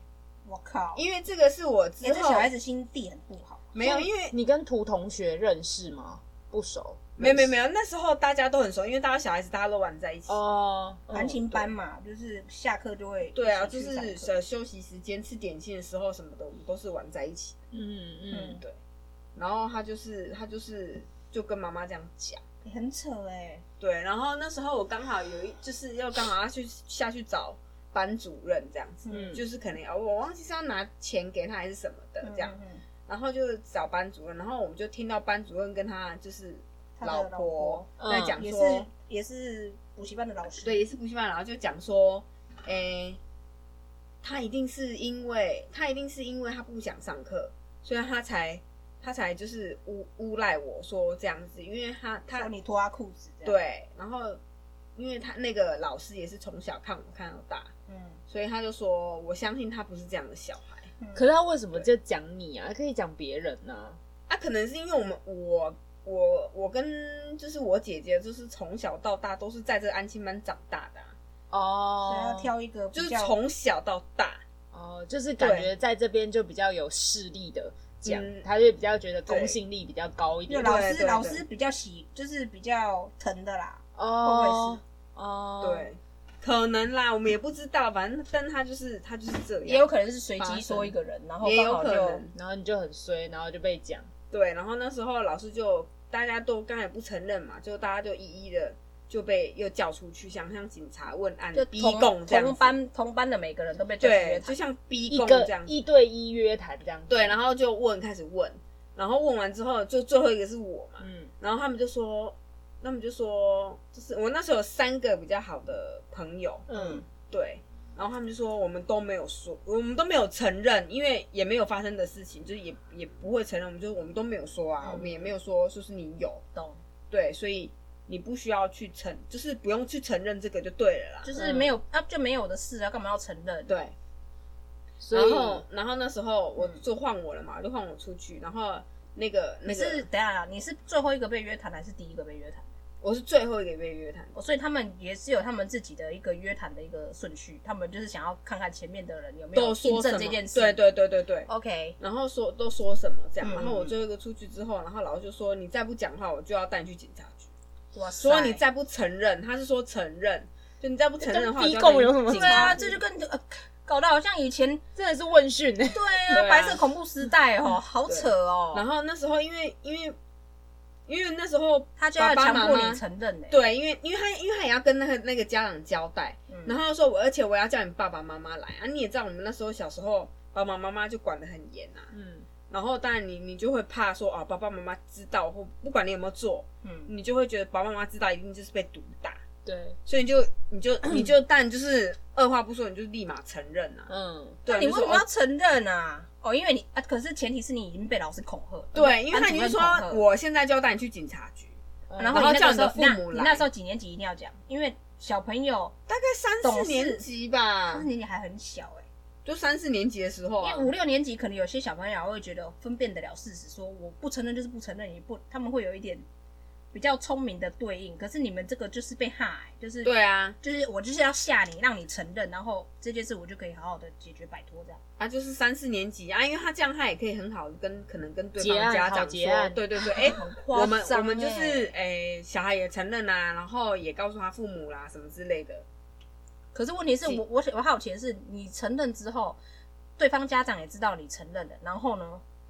[SPEAKER 2] 我靠，
[SPEAKER 4] 因为这个是我
[SPEAKER 2] 哎
[SPEAKER 4] 之
[SPEAKER 2] 这
[SPEAKER 4] 后
[SPEAKER 2] 小孩子心地很不好，
[SPEAKER 4] 没有，因为
[SPEAKER 3] 你跟涂同学认识吗？不熟
[SPEAKER 4] 没有没有没有，那时候大家都很熟，因为大家小孩子大家都玩在一起。
[SPEAKER 3] 哦，
[SPEAKER 2] 弹琴班嘛，就是下课就会
[SPEAKER 4] 嗯对啊，
[SPEAKER 2] 一起去
[SPEAKER 4] 就是
[SPEAKER 2] 上课
[SPEAKER 4] 呃休息时间吃点心的时候什么的，我们都是玩在一起。
[SPEAKER 3] 嗯嗯
[SPEAKER 2] 嗯，
[SPEAKER 4] 对，然后他就是他就是就跟妈妈这样讲。
[SPEAKER 2] 欸很扯哎，
[SPEAKER 4] 对，然后那时候我刚好有一就是要干嘛要去下去找班主任这样子，
[SPEAKER 3] 嗯
[SPEAKER 4] 就是可能要我忘记是要拿钱给他还是什么的呃这样，
[SPEAKER 2] 嗯，嗯嗯
[SPEAKER 4] 然后就找班主任，然后我们就听到班主任跟他就是
[SPEAKER 2] 他的
[SPEAKER 4] 老
[SPEAKER 2] 老
[SPEAKER 4] 婆
[SPEAKER 3] 婆
[SPEAKER 4] 在
[SPEAKER 3] 嗯
[SPEAKER 4] 讲
[SPEAKER 2] 也
[SPEAKER 4] 说，
[SPEAKER 2] 是也是补习班的老师，
[SPEAKER 4] 对，也是补习班，然后就讲说，诶、他一定是因为他一定是因为他不想上课，所以他才他才就是诬诬赖我说这样子，因为他他
[SPEAKER 2] 说你脱他裤子这样，，
[SPEAKER 4] 对，然后因为他那个老师也是从小看我看到大，
[SPEAKER 2] 嗯，
[SPEAKER 4] 所以他就说我相信他不是这样的小孩，
[SPEAKER 3] 可是他为什么就讲你啊？可以讲别人呢、
[SPEAKER 4] 啊，可能是因为我们我。我我跟就是我姐姐，就是从小到大都是在这个安亲班长大的啊、
[SPEAKER 2] 所以要
[SPEAKER 3] 哦，
[SPEAKER 2] 挑一个比
[SPEAKER 4] 就是
[SPEAKER 2] 较
[SPEAKER 4] 从小到大，
[SPEAKER 3] 哦，就是感觉在这边就比较有势力的讲，
[SPEAKER 4] 嗯
[SPEAKER 3] 他就比较觉得
[SPEAKER 4] 对
[SPEAKER 3] 公信力比较高一
[SPEAKER 2] 因为
[SPEAKER 3] 点。
[SPEAKER 2] 老
[SPEAKER 4] 对对对
[SPEAKER 2] 师老师比较喜就是比较疼的啦，
[SPEAKER 3] 哦哦，
[SPEAKER 4] 对，可能啦，我们也不知道，反正但他就是他就是这样，
[SPEAKER 2] 也有可能是随
[SPEAKER 4] 发
[SPEAKER 2] 机
[SPEAKER 4] 生
[SPEAKER 2] 说一个人，然后
[SPEAKER 4] 也
[SPEAKER 2] 刚
[SPEAKER 4] 有
[SPEAKER 2] 好
[SPEAKER 4] 可
[SPEAKER 2] 就
[SPEAKER 4] 能
[SPEAKER 3] 然后你就很衰，然后就被讲。
[SPEAKER 4] 对。然后那时候老师就大家都刚才不承认嘛，就大家就一一的就被又叫出去，像像警察问案
[SPEAKER 2] 就
[SPEAKER 4] 逼
[SPEAKER 2] 同
[SPEAKER 4] 供这样子
[SPEAKER 2] 同班同班的每个人都被叫去约
[SPEAKER 4] 对，
[SPEAKER 2] 谈
[SPEAKER 4] 就像逼
[SPEAKER 3] 一
[SPEAKER 4] 供
[SPEAKER 3] 个
[SPEAKER 4] 这样子
[SPEAKER 3] 一对一约谈这样子。
[SPEAKER 4] 对，然后就问开始问，然后问完之后就最后一个是我嘛，
[SPEAKER 3] 嗯
[SPEAKER 4] 然后他们就说，他们就说，就是我那时候有三个比较好的朋友，
[SPEAKER 3] 嗯
[SPEAKER 4] 对，然后他们就说我们都没有说，我们都没有承认，因为也没有发生的事情，就是也也不会承认，我们就是我们都没有说啊，
[SPEAKER 2] 嗯
[SPEAKER 4] 我们也没有说就是你有，
[SPEAKER 2] 懂，
[SPEAKER 4] 对，所以你不需要去承，就是不用去承认这个就对了啦。
[SPEAKER 2] 就是没有啊就没有的事啊，干嘛要承认？
[SPEAKER 4] 嗯对，
[SPEAKER 3] 所
[SPEAKER 4] 然
[SPEAKER 3] 以
[SPEAKER 4] 后然后那时候我就换我了嘛，就换我出去，然后那个
[SPEAKER 2] 嗯你
[SPEAKER 4] 那
[SPEAKER 2] 是
[SPEAKER 4] 个
[SPEAKER 2] 等一下啊，你是最后一个被约谈还是第一个被约谈？
[SPEAKER 4] 我是最后一个被约谈，
[SPEAKER 2] 哦所以他们也是有他们自己的一个约谈的一个顺序，他们就是想要看看前面的人有没有
[SPEAKER 4] 都
[SPEAKER 2] 印
[SPEAKER 4] 说什
[SPEAKER 2] 证
[SPEAKER 4] 么？
[SPEAKER 2] 这件事。
[SPEAKER 4] 对对对对对。
[SPEAKER 2] ，OK，
[SPEAKER 4] 然后说都说什么这样，
[SPEAKER 2] 嗯
[SPEAKER 4] 然后我最后一个出去之后，然后老师就说你再不讲话，我就要带你去警察局。
[SPEAKER 2] 哇塞，
[SPEAKER 4] 说你再不承认，他是说承认，就你再不承认的话，
[SPEAKER 3] 跟
[SPEAKER 4] 我
[SPEAKER 3] 逼
[SPEAKER 4] 就要
[SPEAKER 3] 供
[SPEAKER 4] 跟你
[SPEAKER 3] 有什么
[SPEAKER 4] 警
[SPEAKER 2] 对啊，
[SPEAKER 4] 察
[SPEAKER 2] 这就跟呃搞得好像以前
[SPEAKER 3] 真的是问讯呢、
[SPEAKER 2] 对啊
[SPEAKER 4] 对啊嗯
[SPEAKER 2] 白色恐怖时代哦，好扯哦。
[SPEAKER 4] 然后那时候因为因为因为那时候
[SPEAKER 2] 他就要
[SPEAKER 4] 爸爸
[SPEAKER 2] 强
[SPEAKER 4] 妈
[SPEAKER 2] 迫
[SPEAKER 4] 妈
[SPEAKER 2] 你承认呢、，欸
[SPEAKER 4] 对，因为因为他因为他也要跟那个那个家长交代，
[SPEAKER 2] 嗯
[SPEAKER 4] 然后他说我而且我要叫你爸爸妈妈来啊，你也知道我们那时候小时候爸爸妈妈就管得很严啊，
[SPEAKER 3] 嗯，
[SPEAKER 4] 然后当然你你就会怕说啊爸爸妈妈知道或不管你有没有做，
[SPEAKER 2] 嗯，
[SPEAKER 4] 你就会觉得爸爸妈妈知道一定就是被毒打，
[SPEAKER 3] 对，
[SPEAKER 4] 所以你就你就你就但就是二话不说你就立马承认啊，
[SPEAKER 3] 嗯，
[SPEAKER 4] 对，
[SPEAKER 2] 那你为
[SPEAKER 4] 就
[SPEAKER 2] 什么
[SPEAKER 4] 说哦
[SPEAKER 2] 要承认啊？哦，因为你啊，可是前提是你已经被老师恐吓了，
[SPEAKER 4] 对，因为他
[SPEAKER 2] 班
[SPEAKER 4] 已
[SPEAKER 2] 主
[SPEAKER 4] 经
[SPEAKER 2] 任
[SPEAKER 4] 说
[SPEAKER 2] 恐吓
[SPEAKER 4] 我现在就要带你去警察局，
[SPEAKER 2] 然
[SPEAKER 4] 嗯然后
[SPEAKER 2] 后你那
[SPEAKER 4] 叫
[SPEAKER 2] 个
[SPEAKER 4] 你
[SPEAKER 2] 时
[SPEAKER 4] 的
[SPEAKER 2] 候
[SPEAKER 4] 父
[SPEAKER 2] 那
[SPEAKER 4] 母
[SPEAKER 2] 你
[SPEAKER 4] 来啊
[SPEAKER 2] 那时候几年级一定要讲，因为小朋友
[SPEAKER 4] 大概三
[SPEAKER 2] 懂
[SPEAKER 4] 四
[SPEAKER 2] 事
[SPEAKER 4] 年级
[SPEAKER 2] 他
[SPEAKER 4] 吧
[SPEAKER 2] 是，年级还很小哎、
[SPEAKER 4] 就三四年级的时候啊
[SPEAKER 2] 因为，五六年级可能有些小朋友会觉得分辨得了事实，说我不承认就是不承认，也不他们会有一点比较聪明的对应。可是你们这个就是被害，就是
[SPEAKER 4] 对啊，
[SPEAKER 2] 就是我就是要吓你，让你承认，然后这件事我就可以好好的解决摆脱这样。
[SPEAKER 4] 啊就是三四年级啊，因为他这样他也可以很好地跟可能跟对
[SPEAKER 3] 结
[SPEAKER 4] 方
[SPEAKER 3] 案
[SPEAKER 4] 家
[SPEAKER 3] 好
[SPEAKER 4] 长
[SPEAKER 3] 结
[SPEAKER 4] 说，
[SPEAKER 3] 案
[SPEAKER 4] 对对对，哎、
[SPEAKER 2] 很夸张、欸，欸
[SPEAKER 4] 我们我们就是哎、小孩也承认啦、然后也告诉他父母啦什么之类的，
[SPEAKER 2] 可是问题是我我我好奇的是，你承认之后，对方家长也知道你承认了，然后呢，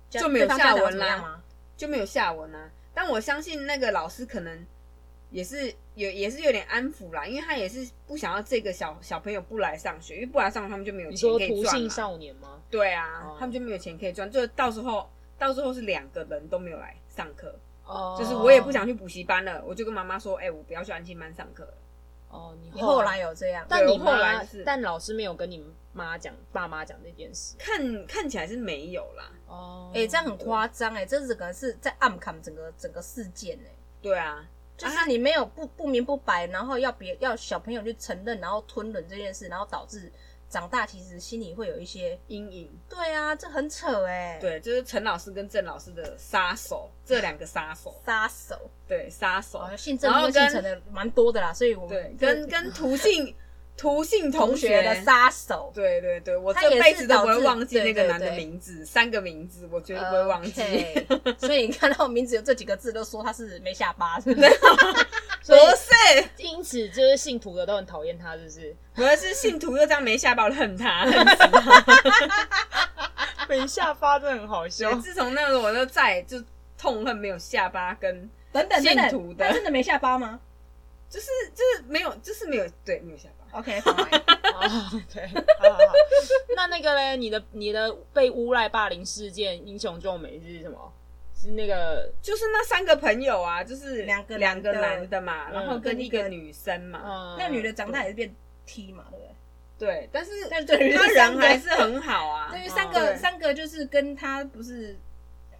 [SPEAKER 2] 家
[SPEAKER 4] 就没有
[SPEAKER 2] 对方家
[SPEAKER 4] 下
[SPEAKER 2] 长
[SPEAKER 4] 文
[SPEAKER 2] 怎
[SPEAKER 4] 啦
[SPEAKER 2] 么样吗？
[SPEAKER 4] 就没有下文啊。但我相信那个老师可能也是有也是有点安抚啦，因为他也是不想要这个小小朋友不来上学，因为不来上学他们就没有
[SPEAKER 3] 你
[SPEAKER 4] 钱
[SPEAKER 3] 说
[SPEAKER 4] 可以
[SPEAKER 3] 图
[SPEAKER 4] 赚啊
[SPEAKER 3] 性
[SPEAKER 4] 嘛。
[SPEAKER 3] 少年吗？
[SPEAKER 4] 对啊，
[SPEAKER 3] 哦
[SPEAKER 4] 他们就没有钱可以赚，就到时候到时候是两个人都没有来上课，
[SPEAKER 3] 哦
[SPEAKER 4] 就是我也不，想去补习班了，我就跟妈妈说，哎、我不要去安亲班上课了。
[SPEAKER 3] 哦，你
[SPEAKER 9] 你后来，有这样，
[SPEAKER 3] 但你
[SPEAKER 4] 对我后来
[SPEAKER 3] 妈
[SPEAKER 4] 是，
[SPEAKER 3] 但老师没有跟你妈讲，爸妈讲这件事。
[SPEAKER 4] 看看起来是没有啦，
[SPEAKER 3] 哦，
[SPEAKER 9] 哎、
[SPEAKER 4] 啊
[SPEAKER 9] 这样很夸张哎，这整个是在暗砍整个整个事件哎、
[SPEAKER 4] 对啊，
[SPEAKER 9] 就是你没有不不明不白，然后要别要小朋友去承认，然后吞忍这件事，然后导致长大其实心里会有一些，
[SPEAKER 4] 阴影。
[SPEAKER 9] 对啊，这很扯哎、，
[SPEAKER 4] 对，就是陈老师跟郑老师的杀手，这两个杀手，
[SPEAKER 9] 杀手，
[SPEAKER 4] 对杀手，
[SPEAKER 9] 哦，姓郑
[SPEAKER 4] 然后
[SPEAKER 9] 跟姓
[SPEAKER 4] 跟
[SPEAKER 9] 陈的蛮多的啦，所以我
[SPEAKER 4] 对
[SPEAKER 9] 们，
[SPEAKER 4] 跟跟涂姓涂姓
[SPEAKER 9] 同
[SPEAKER 4] 学
[SPEAKER 9] 学的，杀手，
[SPEAKER 4] 对对对，我
[SPEAKER 9] 他
[SPEAKER 4] 这
[SPEAKER 9] 也
[SPEAKER 4] 辈
[SPEAKER 9] 是
[SPEAKER 4] 子都不
[SPEAKER 9] 导
[SPEAKER 4] 会
[SPEAKER 9] 致
[SPEAKER 4] 忘记
[SPEAKER 9] 对
[SPEAKER 4] 那个
[SPEAKER 9] 对
[SPEAKER 4] 男的
[SPEAKER 9] 对
[SPEAKER 4] 名字，三个名字我绝对不会忘记。
[SPEAKER 9] OK，所以你看到我名字有这几个字，都说他是没下巴，是不是？
[SPEAKER 4] 不
[SPEAKER 3] 所以
[SPEAKER 4] 是，
[SPEAKER 3] 因此就是信徒的都很讨厌他，是不是？
[SPEAKER 4] 我是信徒又这样没下巴，我恨他。
[SPEAKER 3] 没下巴真的很好笑
[SPEAKER 4] 对，自从那个我就再也就痛恨没有下巴跟
[SPEAKER 2] 等 等等
[SPEAKER 4] 信
[SPEAKER 2] 等，
[SPEAKER 4] 徒的
[SPEAKER 2] 他真的没下巴吗
[SPEAKER 4] 就是就是没有就是没有对没有下巴。
[SPEAKER 2] ？OK，好来
[SPEAKER 3] 哦，对，好好好。 那那个嘞，你的你的被诬赖霸凌事件，英雄救美是什么？是那个
[SPEAKER 4] 就是那三个朋友啊，就是
[SPEAKER 2] 两个
[SPEAKER 4] 两个
[SPEAKER 2] 男的
[SPEAKER 4] 男的嘛，
[SPEAKER 3] 嗯
[SPEAKER 4] 然后跟一个女生嘛，
[SPEAKER 3] 嗯，
[SPEAKER 2] 那女的长大也是变 T 嘛，对不对？
[SPEAKER 4] 对，但是
[SPEAKER 2] 但是对于
[SPEAKER 4] 他
[SPEAKER 2] 这三
[SPEAKER 4] 人
[SPEAKER 2] 个
[SPEAKER 4] 还是很好啊。
[SPEAKER 2] 对于
[SPEAKER 4] 应
[SPEAKER 2] 三
[SPEAKER 4] 对
[SPEAKER 2] 个三个就是跟他不是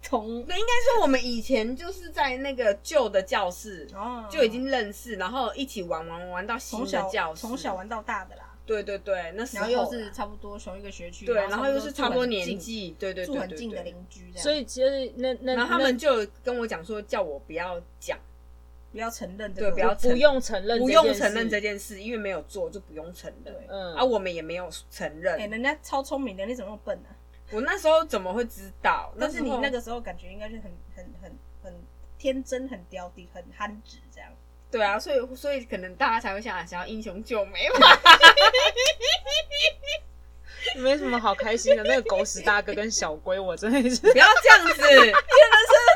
[SPEAKER 2] 同
[SPEAKER 4] 该说我们以前就是在那个旧的教室
[SPEAKER 2] 哦
[SPEAKER 4] 就已经认识，然后一起玩玩玩到新
[SPEAKER 2] 从
[SPEAKER 4] 的
[SPEAKER 2] 小
[SPEAKER 4] 教室，
[SPEAKER 2] 从小，玩到大的啦，
[SPEAKER 4] 对对对，那时
[SPEAKER 2] 然
[SPEAKER 4] 候
[SPEAKER 2] 后
[SPEAKER 4] 啊
[SPEAKER 2] 又是差不多同一个学区，
[SPEAKER 4] 对，然后又是差不多
[SPEAKER 2] 住很
[SPEAKER 4] 年
[SPEAKER 2] 近，
[SPEAKER 4] 纪，对对对
[SPEAKER 2] 住
[SPEAKER 4] 对
[SPEAKER 2] 很
[SPEAKER 4] 对
[SPEAKER 2] 近的
[SPEAKER 4] 对。
[SPEAKER 2] 邻居，这样
[SPEAKER 3] 所以其实那那
[SPEAKER 4] 然后他
[SPEAKER 3] 那
[SPEAKER 4] 们就跟我讲说，叫我不要讲，
[SPEAKER 2] 不要承认这
[SPEAKER 4] 对
[SPEAKER 2] 个，
[SPEAKER 4] 不要
[SPEAKER 3] 不用承认，
[SPEAKER 4] 不用承认这。件事，因为没有做就不用承认
[SPEAKER 2] 对。
[SPEAKER 3] 嗯
[SPEAKER 4] 啊，我们也没有承认
[SPEAKER 2] 哎、，人家超聪明的，你怎么那么笨啊？
[SPEAKER 4] 我那时候怎么会知道？
[SPEAKER 2] 但是
[SPEAKER 4] 时
[SPEAKER 2] 你
[SPEAKER 4] 候
[SPEAKER 2] 那个时候感觉应该是很很很很天真、很刁滴、很憨直这 样。
[SPEAKER 4] 对啊，所以所以可能大家才会想想要英雄救美嘛。
[SPEAKER 3] 没什么好开心的。那个狗屎大哥跟小龟，我真的是
[SPEAKER 4] 不要这 样子，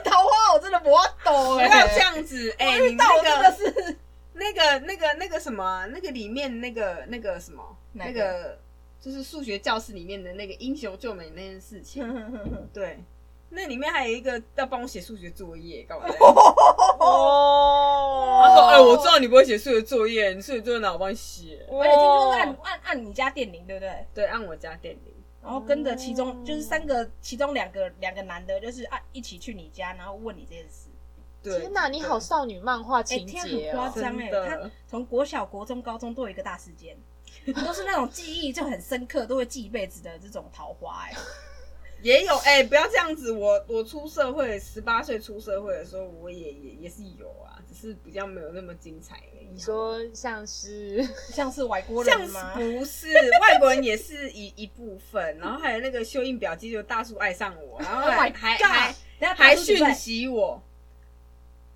[SPEAKER 4] 不
[SPEAKER 2] 桃花我真的不会懂
[SPEAKER 4] 要这样子，哎、你
[SPEAKER 2] 到
[SPEAKER 4] 那
[SPEAKER 2] 我真的
[SPEAKER 4] 个
[SPEAKER 2] 是
[SPEAKER 4] 那个那个那个什么，啊那个里面那个那个什么，
[SPEAKER 2] 哪
[SPEAKER 4] 那
[SPEAKER 2] 个
[SPEAKER 4] 个就是数学教室里面的那个英雄救美那件事情，对，那里面还有一个要帮我写数学作业，干嘛 的？
[SPEAKER 3] 哦，
[SPEAKER 4] 他说：“哎、我知道你不会写数学作业，你数学作业哪我帮你写
[SPEAKER 2] 而且听说是
[SPEAKER 4] 哦
[SPEAKER 2] 按按按你家电铃，对不对？？”
[SPEAKER 4] 对，按我家电铃。
[SPEAKER 2] 然后跟着其中就是三个，其中两个两个男的，就是按一起去你家，然后问你这件事。
[SPEAKER 4] 对，
[SPEAKER 3] 天哪，你好
[SPEAKER 4] 对
[SPEAKER 3] 少女漫画
[SPEAKER 2] 哎、
[SPEAKER 3] 情
[SPEAKER 2] 天啊
[SPEAKER 3] 节
[SPEAKER 2] 很夸
[SPEAKER 3] 哦！
[SPEAKER 2] 张哎，
[SPEAKER 4] 真的
[SPEAKER 2] 他从国小、国中、高中都有一个大事件， 都是那种记忆就很深刻，都会记一辈子的这种桃花哎、
[SPEAKER 4] 也有哎、不要这样子。我我出社会，十八岁出社会的时候，我也也也是有啊，只是比较没有那么精彩而已。啊
[SPEAKER 3] 你说像是
[SPEAKER 2] 像是外国
[SPEAKER 4] 这样
[SPEAKER 2] 人
[SPEAKER 4] 子
[SPEAKER 2] 吗？
[SPEAKER 4] 不是外国人也是一 一部分，然后还有那个修印表机，就大叔爱上我，然后
[SPEAKER 2] Oh my
[SPEAKER 4] 还哦还
[SPEAKER 2] God！
[SPEAKER 4] 还
[SPEAKER 2] 等下大
[SPEAKER 4] 还
[SPEAKER 2] 叔几岁
[SPEAKER 4] 讯息我。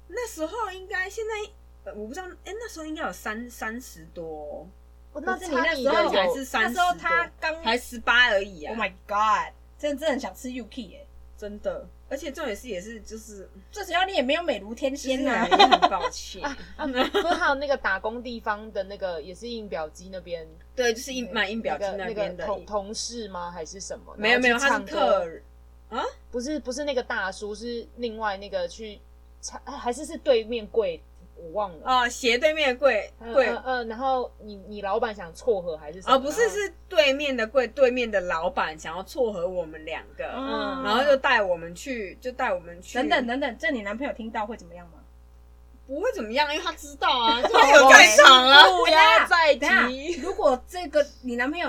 [SPEAKER 4] 那时候应该现在呃我不知道，哎、那时候应该有三三十多哦、
[SPEAKER 3] 我
[SPEAKER 2] 那是你那时
[SPEAKER 4] 那
[SPEAKER 2] 候
[SPEAKER 4] 时候才
[SPEAKER 3] 有
[SPEAKER 4] 是
[SPEAKER 2] 那
[SPEAKER 4] 三十
[SPEAKER 2] 时
[SPEAKER 4] 多，
[SPEAKER 2] 候他刚
[SPEAKER 4] 才十八而已啊
[SPEAKER 2] Oh my God！真的真的很想吃 UK 哎、
[SPEAKER 4] 真的。而且重点是也是就是
[SPEAKER 2] 最主要你也没有美如天仙
[SPEAKER 4] 天
[SPEAKER 2] 呐、
[SPEAKER 4] 哪，也很抱歉。
[SPEAKER 3] 啊，不是还有那个打工地方的那个也是印表机那边
[SPEAKER 4] 对，就是印买印表机
[SPEAKER 3] 那个
[SPEAKER 4] 边
[SPEAKER 3] 那个
[SPEAKER 4] 的
[SPEAKER 3] 同同事吗？还是什么？
[SPEAKER 4] 没有没有，
[SPEAKER 3] 然
[SPEAKER 4] 他
[SPEAKER 3] 后
[SPEAKER 4] 是
[SPEAKER 3] 去唱歌
[SPEAKER 4] 客人，
[SPEAKER 3] 不是不是那个大叔，是另外那个去唱，哎还是是对面柜，我忘了。
[SPEAKER 4] 哦，斜对面的柜
[SPEAKER 3] 嗯
[SPEAKER 4] 柜
[SPEAKER 3] 嗯嗯，然后你你老板想撮合啊还是什么？
[SPEAKER 4] 哦，不是是对面的柜，对面的老板想要撮合我们两个，
[SPEAKER 2] 嗯
[SPEAKER 4] 然后就带我们去，就带我们去，
[SPEAKER 2] 等等等等，这你男朋友听到会怎么样吗？
[SPEAKER 4] 不会怎么样，因为他知道啊，他有在 场啊，
[SPEAKER 3] 不要再
[SPEAKER 2] 等下
[SPEAKER 3] 提，
[SPEAKER 2] 如果这个你男朋友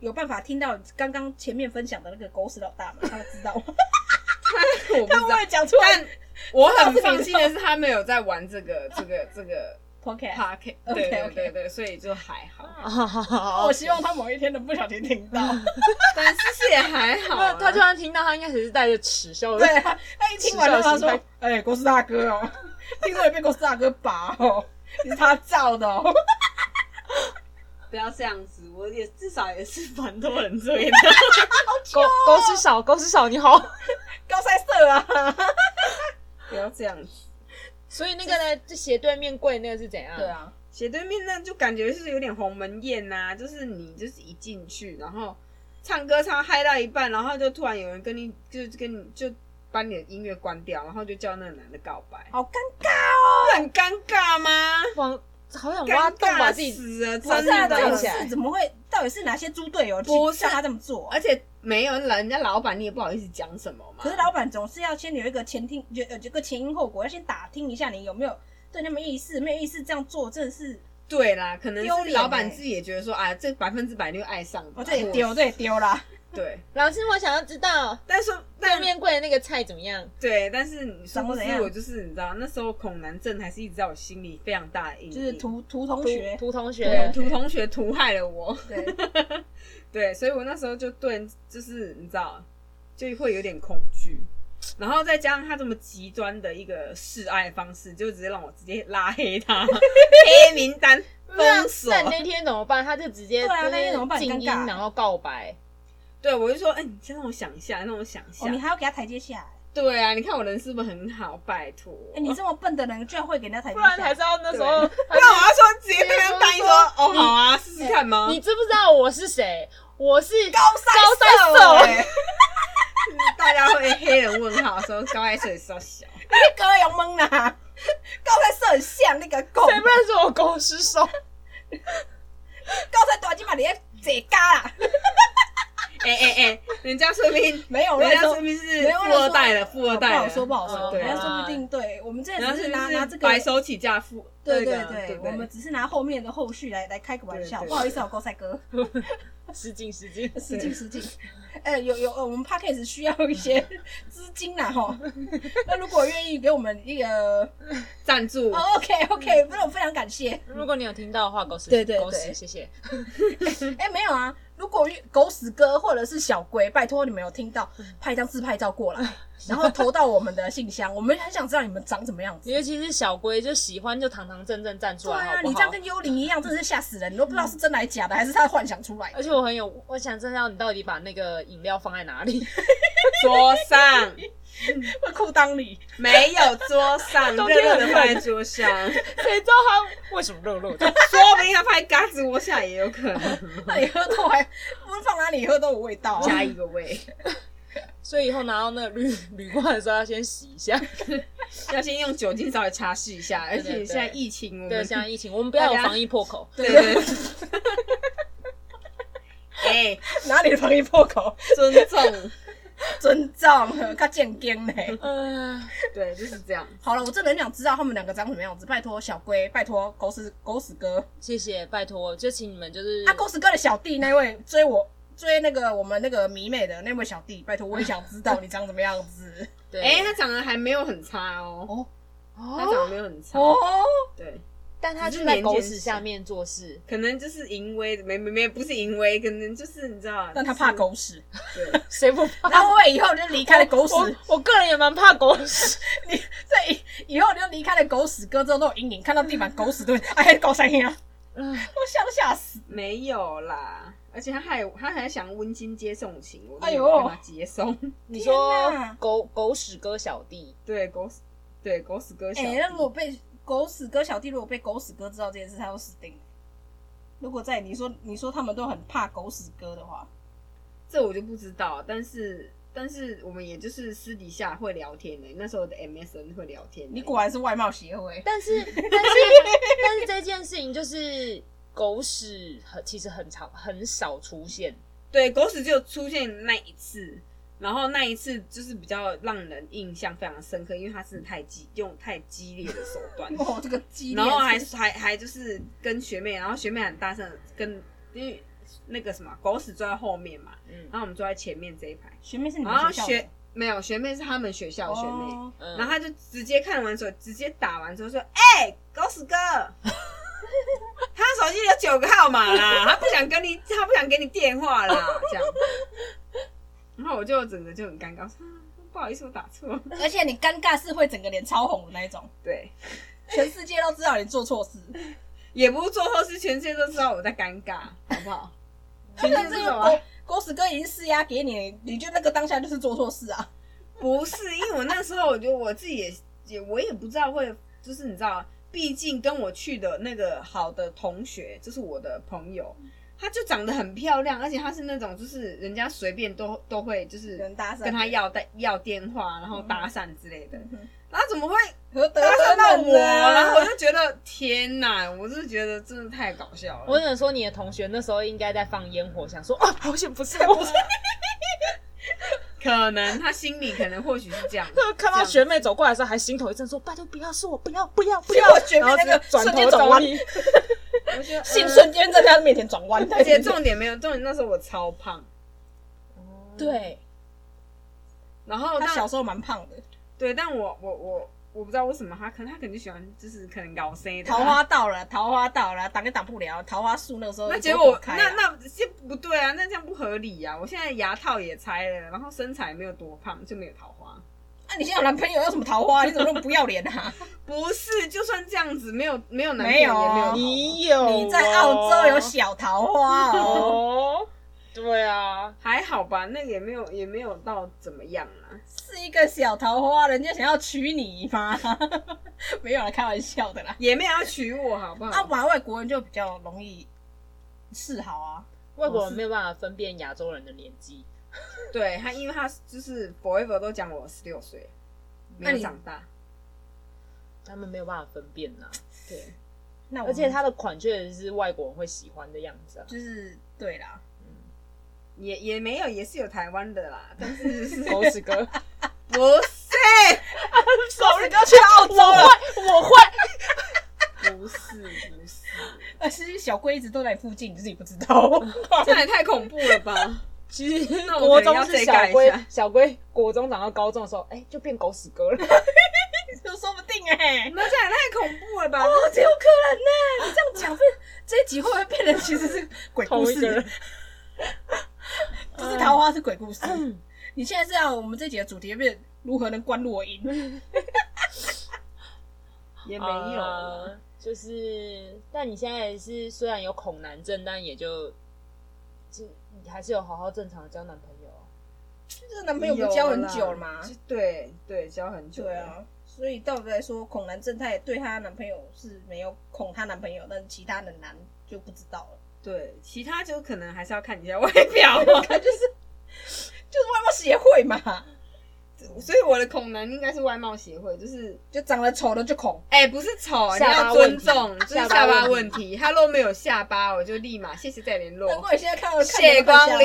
[SPEAKER 2] 有办法听到刚刚前面分享的那个狗屎老大嘛，他会知道吗？
[SPEAKER 4] 我不知道
[SPEAKER 2] 他，会讲出来
[SPEAKER 4] 但我很放心的是，他没有在玩这个这个这个
[SPEAKER 2] podcast。
[SPEAKER 4] pocket，对
[SPEAKER 2] OK，
[SPEAKER 4] 对
[SPEAKER 2] OK
[SPEAKER 4] 对对，所以就还好，
[SPEAKER 3] 哦
[SPEAKER 2] 我希望他某一天能不小心听到，
[SPEAKER 4] 但是是也还好啊，
[SPEAKER 3] 他突然听到，他应该只是带着耻 笑的
[SPEAKER 2] 对。啊，他一听完就他说：“哎、狗屎大哥哦， 听说也被狗屎大哥拔哦，是他造的哦。
[SPEAKER 4] 不要这样子，我也至少也是蛮多人这样。
[SPEAKER 3] 狗狗屎少，狗屎少，你好。
[SPEAKER 2] 高塞色啊，
[SPEAKER 4] 不要这样子。
[SPEAKER 3] 所以那个呢，就斜对面柜那个是怎样？
[SPEAKER 9] 对，啊，
[SPEAKER 4] 斜对面那就感觉是有点鸿门宴呐、就是你就是一进去，然后唱歌唱嗨到一半，然后就突然有人跟你就跟你就把你的音乐关掉，然后就叫那个男的告白，
[SPEAKER 2] 好尴尬，
[SPEAKER 4] 不很尴尬吗？
[SPEAKER 3] 往好想挖
[SPEAKER 4] 尴
[SPEAKER 3] 洞把
[SPEAKER 4] 尬
[SPEAKER 3] 自己
[SPEAKER 4] 死了，
[SPEAKER 2] 不
[SPEAKER 4] 真
[SPEAKER 2] 是啊，
[SPEAKER 3] 的
[SPEAKER 2] 这种
[SPEAKER 4] 的
[SPEAKER 3] 起来
[SPEAKER 2] 事怎么会？到底是哪些猪队友
[SPEAKER 4] 不
[SPEAKER 2] 去
[SPEAKER 4] 是
[SPEAKER 2] 像他这么做啊？
[SPEAKER 4] 而且没有人家老板，你也不好意思讲什么嘛。
[SPEAKER 2] 可是老板总是要先有一个前听，有有个前因后果，要先打听一下你有没有对他们意思，没有意思这样做真的是，
[SPEAKER 4] 对啦，可能
[SPEAKER 2] 丢
[SPEAKER 4] 是
[SPEAKER 2] 脸欸哦
[SPEAKER 4] 老板自己也觉得说，啊，这百分之百就爱上吧，
[SPEAKER 2] 我这也
[SPEAKER 4] 或
[SPEAKER 2] 丢，这也丢啦。
[SPEAKER 4] 对。
[SPEAKER 3] 老师，我想要知道
[SPEAKER 4] 但是
[SPEAKER 3] 对
[SPEAKER 4] 但
[SPEAKER 3] 面柜的那个菜怎么样？
[SPEAKER 4] 对，但是你说
[SPEAKER 2] 长
[SPEAKER 4] 不
[SPEAKER 2] 得
[SPEAKER 4] 是
[SPEAKER 2] 怎样
[SPEAKER 4] 我就是你知道，那时候恐男症还是一直在我心里非常大的阴影。
[SPEAKER 2] 就是涂涂同
[SPEAKER 3] 涂
[SPEAKER 2] 学，哦
[SPEAKER 3] 涂同学
[SPEAKER 4] 对，涂同学 涂害了我，
[SPEAKER 2] 对，
[SPEAKER 4] 对，所以我那时候就对，就是你知道，就会有点恐惧。然后再加上他这么极端的一个示爱方式，就直接让我直接拉黑 他黑名单封锁
[SPEAKER 3] 那。那你那天怎么办？他就直接
[SPEAKER 2] 对啊
[SPEAKER 3] 就是
[SPEAKER 2] 那天怎么办
[SPEAKER 3] 静音
[SPEAKER 2] 很尴尬
[SPEAKER 3] 然后告白，
[SPEAKER 4] 对，我就说，哎、你先让我想一下，让我想一下。
[SPEAKER 2] 哦，你还要给他台阶下来。
[SPEAKER 4] 对啊，你看我人是不是很好？拜托，
[SPEAKER 2] 哎，你这么笨的人，居然会给人家台
[SPEAKER 3] 不
[SPEAKER 2] 阶
[SPEAKER 3] 然
[SPEAKER 2] 下
[SPEAKER 3] 还
[SPEAKER 2] 来
[SPEAKER 3] 是？要那时候
[SPEAKER 4] 不 然我要说直接对他答应说，哦，好啊，试试看吗？
[SPEAKER 3] 你知不知道我是谁？我是高
[SPEAKER 4] 高
[SPEAKER 3] 高
[SPEAKER 4] 三
[SPEAKER 3] 三
[SPEAKER 4] 手、欸，大家会黑人问号说高矮水稍小，
[SPEAKER 2] 哥要懵啦，高材生很像那个狗，
[SPEAKER 3] 谁不认识我狗失手？
[SPEAKER 2] 高材短金把你在这嘎啦，
[SPEAKER 4] 哎哎哎，人家说不定，
[SPEAKER 2] 没有
[SPEAKER 4] 人
[SPEAKER 2] 乱
[SPEAKER 4] 家
[SPEAKER 2] 说
[SPEAKER 4] 哦说不。哦定是
[SPEAKER 2] 没有
[SPEAKER 4] 富二代了，富二代
[SPEAKER 2] 不
[SPEAKER 4] 了，
[SPEAKER 2] 好说不好说，
[SPEAKER 4] 对啊
[SPEAKER 2] 人家说不定对我们这
[SPEAKER 4] 人家
[SPEAKER 2] 只
[SPEAKER 4] 是
[SPEAKER 2] 是
[SPEAKER 4] 不
[SPEAKER 2] 拿
[SPEAKER 4] 是
[SPEAKER 2] 拿这个
[SPEAKER 4] 白手起家富，
[SPEAKER 2] 对
[SPEAKER 4] 对的
[SPEAKER 2] 对，
[SPEAKER 4] 对不
[SPEAKER 2] 我们只是拿后面的后续来来开个玩笑，
[SPEAKER 4] 对对
[SPEAKER 2] 不好意思，啊，高赛哥，
[SPEAKER 3] 失敬失敬，
[SPEAKER 2] 失敬失敬。 哎、有有，呃我们 p a c k a g e 需要一些资金啦吼。 那如果愿意给我们一个，
[SPEAKER 4] 赞助
[SPEAKER 2] 哦、OK OK，那我非常感谢。
[SPEAKER 3] 如果你有听到的话，狗屎
[SPEAKER 2] 对对对
[SPEAKER 3] 狗屎，谢谢。
[SPEAKER 2] 哎、没有啊，如果愿狗屎哥或者是小龟，拜托你们有听到，拍一张自拍照过来， 然后投到我们的信箱，我们很想知道你们长什么样子。
[SPEAKER 3] 尤其是小龟，就喜欢就堂堂正正站出
[SPEAKER 2] 对
[SPEAKER 3] 来，
[SPEAKER 2] 啊，
[SPEAKER 3] 好不
[SPEAKER 2] 你这样
[SPEAKER 3] 好？
[SPEAKER 2] 跟幽灵一样，真的是吓死人，你都不知道是真的还是假的，还是他幻想出来的。
[SPEAKER 3] 而且我很有，我想知道你到底把那个饮料放在哪里，
[SPEAKER 4] 桌 上
[SPEAKER 2] 裤裆里，
[SPEAKER 4] 没有桌上，热
[SPEAKER 3] 冬天
[SPEAKER 4] 热
[SPEAKER 3] 很
[SPEAKER 4] 的
[SPEAKER 3] 冷
[SPEAKER 4] 放在桌上，
[SPEAKER 3] 谁知道他为什么肉肉的？
[SPEAKER 4] 说不定他放在嘎子窝下也有可能，
[SPEAKER 2] 那你喝豆还不是放哪里喝都有味道、啊。
[SPEAKER 4] 加一个味，
[SPEAKER 3] 所以以后拿到那个铝铝罐的时候，要先洗一 下。
[SPEAKER 4] 要先用酒精稍微擦拭一下，而
[SPEAKER 3] 对
[SPEAKER 4] 且
[SPEAKER 3] 对
[SPEAKER 4] 现在疫情，我
[SPEAKER 3] 对，
[SPEAKER 4] 们
[SPEAKER 3] 现在疫情，我们不要有防疫破口。
[SPEAKER 4] 对对对。 哎、
[SPEAKER 2] 哪里的防疫破口？
[SPEAKER 4] 尊重，
[SPEAKER 2] 尊重，他健康呢。
[SPEAKER 3] 嗯，
[SPEAKER 4] 对，就是这样。
[SPEAKER 2] 好了，我真的很想知道他们两个长什么样子。拜托小龟，拜托狗屎狗屎哥，
[SPEAKER 3] 谢谢，拜托，就请你们就是
[SPEAKER 2] 啊，狗屎哥的小弟那位追我追那个我们那个迷妹的那位小弟，拜托我也想知道你长什么样子。
[SPEAKER 3] 对，
[SPEAKER 4] 哎、他长得还没有很差哦，
[SPEAKER 2] 哦
[SPEAKER 4] 他长得没有很差，
[SPEAKER 2] 哦，
[SPEAKER 4] 对，
[SPEAKER 3] 但他
[SPEAKER 4] 只
[SPEAKER 3] 就是在
[SPEAKER 4] 年
[SPEAKER 3] 狗
[SPEAKER 4] 纪
[SPEAKER 3] 屎
[SPEAKER 4] 小
[SPEAKER 3] 下面做事，
[SPEAKER 4] 可能就是淫威，没没没，不是淫威，可能就是你知道，
[SPEAKER 2] 但他
[SPEAKER 4] 就是
[SPEAKER 2] 怕，狗屎，
[SPEAKER 4] 对，
[SPEAKER 3] 谁不怕？
[SPEAKER 2] 然后我以后就离开了狗屎，
[SPEAKER 3] 我我个人也蛮怕狗屎，
[SPEAKER 2] 对，以后就离开了狗屎哥之后都有阴影，看到地板狗屎都会哎狗屎啊， 我吓都吓死。
[SPEAKER 4] 没有啦。而且他还他还想温馨接送情，我
[SPEAKER 2] 哎
[SPEAKER 4] 没
[SPEAKER 2] 呦
[SPEAKER 4] 有跟他接送。
[SPEAKER 3] 你说
[SPEAKER 2] 天哪
[SPEAKER 3] 狗狗屎哥小弟，
[SPEAKER 4] 对狗屎，对狗屎哥小
[SPEAKER 2] 哎、
[SPEAKER 4] 弟，
[SPEAKER 2] 那如果被狗屎哥小弟，如果被狗屎哥知道这件事，他要死定了。如果在你说你说他们都很怕狗屎哥的话，
[SPEAKER 4] 这我就不知道。但是但是我们也就是私底下会聊天的、那时候的 MSN 会聊天、欸
[SPEAKER 2] 你果然是外貌协会。，
[SPEAKER 3] 但是但是但是这件事情就是狗屎很其实很常很少出现，
[SPEAKER 4] 对，狗屎就出现那一次，然后那一次就是比较让人印象非常深刻，因为他是太激用太激烈的手段
[SPEAKER 2] 哦，这个 激烈
[SPEAKER 4] 然
[SPEAKER 2] 是，
[SPEAKER 4] 后还还还就是跟学妹，然后学妹很大声地跟因为那个什么狗屎坐在后面嘛，
[SPEAKER 3] 嗯
[SPEAKER 4] 然后我们坐在前面这一排，
[SPEAKER 2] 学妹是你
[SPEAKER 4] 然后
[SPEAKER 2] 们学校
[SPEAKER 4] 学
[SPEAKER 2] 的
[SPEAKER 4] 没有学妹是他们学校的学妹。
[SPEAKER 2] 哦
[SPEAKER 3] 嗯，
[SPEAKER 4] 然后他就直接看完手，直接打完之后说：“哎、狗屎哥， 他手机有九个号码啦，他不想跟你，他不想给你电话啦，这样。” 然后我就整个就很尴尬，说啊不好意思，我打错。
[SPEAKER 2] 而且你尴尬是会整个脸超红的那一种，
[SPEAKER 4] 对，
[SPEAKER 2] 全世界都知道你做错事。
[SPEAKER 4] 也不是做错事，全世界都知道我在尴尬，好不好？ 全世界
[SPEAKER 2] 但
[SPEAKER 4] 都
[SPEAKER 2] 这
[SPEAKER 4] 知
[SPEAKER 2] 个
[SPEAKER 4] 道我在
[SPEAKER 2] 狗狗屎哥已经施压给你，你就那个当下就是做错事啊。
[SPEAKER 4] 不是，因为我那时候我觉得我自己也也我也不知道会就是你知道，毕竟跟我去的那个好的同学，就是我的朋友，
[SPEAKER 2] 嗯
[SPEAKER 4] 她就长得很漂亮，而且她是那种就是人家随便都都会就是
[SPEAKER 2] 人搭讪嗯
[SPEAKER 4] 跟她要带要电话，然后搭讪之类的，然后怎么会
[SPEAKER 2] 何德
[SPEAKER 4] 搭讪
[SPEAKER 2] 何
[SPEAKER 4] 到我？
[SPEAKER 2] 能啊
[SPEAKER 4] 然后我就觉得天哪，我是觉得真的太搞笑了。
[SPEAKER 3] 我只能说，你的同学那时候应该在放烟火，想说啊，好险不是我。
[SPEAKER 4] 可能他心里可能或许是这样，
[SPEAKER 10] 看到学妹走过来的时候，还心头一震，说：“拜托不要是我，不要不要不要！”
[SPEAKER 2] 结
[SPEAKER 10] 然
[SPEAKER 2] 果
[SPEAKER 10] 后
[SPEAKER 2] 学妹那个
[SPEAKER 10] 直接转
[SPEAKER 2] 瞬间
[SPEAKER 10] 头
[SPEAKER 2] 转
[SPEAKER 10] 找
[SPEAKER 2] 弯
[SPEAKER 10] 你，
[SPEAKER 2] 性瞬间在他面前转弯，
[SPEAKER 4] 而且重点没有重点，那时候我超胖，
[SPEAKER 2] 对
[SPEAKER 4] 然后
[SPEAKER 2] 他
[SPEAKER 4] 但
[SPEAKER 2] 小时候蛮胖的，
[SPEAKER 4] 对，但我我我我不知道为什么他可能他可能就喜欢就是可能搞 C 的
[SPEAKER 2] 桃。花到了，桃花到了，挡也挡不了，桃花树那个时候
[SPEAKER 4] 那
[SPEAKER 2] 也
[SPEAKER 4] 结
[SPEAKER 2] 不会
[SPEAKER 4] 果
[SPEAKER 2] 躲，开啊
[SPEAKER 4] 那那这不对啊，那这样不合理啊！我现在牙套也拆了，然后身材没有多胖，就没有桃花。
[SPEAKER 2] 那你现在有男朋友要什么桃 花？你怎么那么不要脸 啊？
[SPEAKER 4] 不是，就算这样子，没有没有男朋友
[SPEAKER 2] 没
[SPEAKER 4] 也
[SPEAKER 2] 有
[SPEAKER 10] 你
[SPEAKER 3] 哦
[SPEAKER 4] 没有桃花
[SPEAKER 10] 有
[SPEAKER 2] 你在澳洲有小桃花哦，
[SPEAKER 10] 哦？对啊，
[SPEAKER 4] 还好吧？那个也没有也没有到怎么样啊。
[SPEAKER 2] 是一个小桃花，人家想要娶你吗？ 没有啦，开玩笑的啦。
[SPEAKER 4] 也没有要娶我，好不好？
[SPEAKER 2] 啊，玩外国人就比较容易示好啊。
[SPEAKER 3] 外国人没有办法分辨亚洲人的年纪，
[SPEAKER 4] 对他，因为他就是 forever 都讲我十六岁，没
[SPEAKER 2] 那
[SPEAKER 4] 有
[SPEAKER 2] 你
[SPEAKER 4] 长大。
[SPEAKER 3] 他们没有办法分辨呐、
[SPEAKER 4] 对，
[SPEAKER 2] 那
[SPEAKER 4] 嗯
[SPEAKER 2] 我
[SPEAKER 3] 而
[SPEAKER 2] 们
[SPEAKER 3] 且他的款确实是外国人会喜欢的样子啊。
[SPEAKER 2] 就是对啦，
[SPEAKER 4] 也也没有，也是有台湾的啦，但 是就是
[SPEAKER 10] 狗屎哥，
[SPEAKER 4] 不是
[SPEAKER 2] 老人要去澳洲
[SPEAKER 10] 啊
[SPEAKER 2] 了，
[SPEAKER 4] 不是不是，
[SPEAKER 2] 但呃是小龟一直都在附近，你自己不知 道。
[SPEAKER 4] 这也太恐怖了吧？
[SPEAKER 10] 其实
[SPEAKER 4] 那我
[SPEAKER 10] 国
[SPEAKER 4] 可能
[SPEAKER 10] 中
[SPEAKER 4] 要
[SPEAKER 10] 是
[SPEAKER 4] 再
[SPEAKER 10] 小
[SPEAKER 4] 改一
[SPEAKER 10] 龟
[SPEAKER 4] 下，。
[SPEAKER 10] 小龟国中长到高中的时候，哎，就变狗屎哥了。
[SPEAKER 2] 就说不定哎、
[SPEAKER 4] 那这也太恐怖了 吧？
[SPEAKER 2] 哦，这有可能呢、你这样讲会，这一集会不会变成其实是鬼故
[SPEAKER 10] 同一个
[SPEAKER 2] 事
[SPEAKER 10] 人？
[SPEAKER 2] 不是桃花，是鬼故事。你现在这样，我们这集的主题变如何能关落音？
[SPEAKER 4] 也没有啦，
[SPEAKER 3] 啊，就是，但你现在也是虽然有恐男症，但也就，就你还是有好好正常的交男朋友啊。
[SPEAKER 2] 这男朋哦友不是交很久了吗
[SPEAKER 4] 有啦？就对对，交很久。
[SPEAKER 2] 对，啊，所以到底来说，恐男正太对她男朋友是没有恐她男朋友，但其他的男就不知道了。
[SPEAKER 4] 对，其他就可能还是要看一下外表啊。
[SPEAKER 2] 他就是就是外貌协会嘛，
[SPEAKER 4] 所以我的恐男应该是外貌协会，就是
[SPEAKER 2] 就长得丑的就恐。
[SPEAKER 4] 哎、不是丑，你
[SPEAKER 3] 下
[SPEAKER 4] 要
[SPEAKER 3] 巴
[SPEAKER 4] 尊
[SPEAKER 3] 问题
[SPEAKER 4] 重，就是
[SPEAKER 3] 下巴
[SPEAKER 4] 下巴
[SPEAKER 3] 问
[SPEAKER 4] 问题。他若没有下巴，我就立马谢谢再联络。
[SPEAKER 2] 难怪现在看到看
[SPEAKER 4] 哦谢
[SPEAKER 2] 人都看
[SPEAKER 4] 光
[SPEAKER 2] 下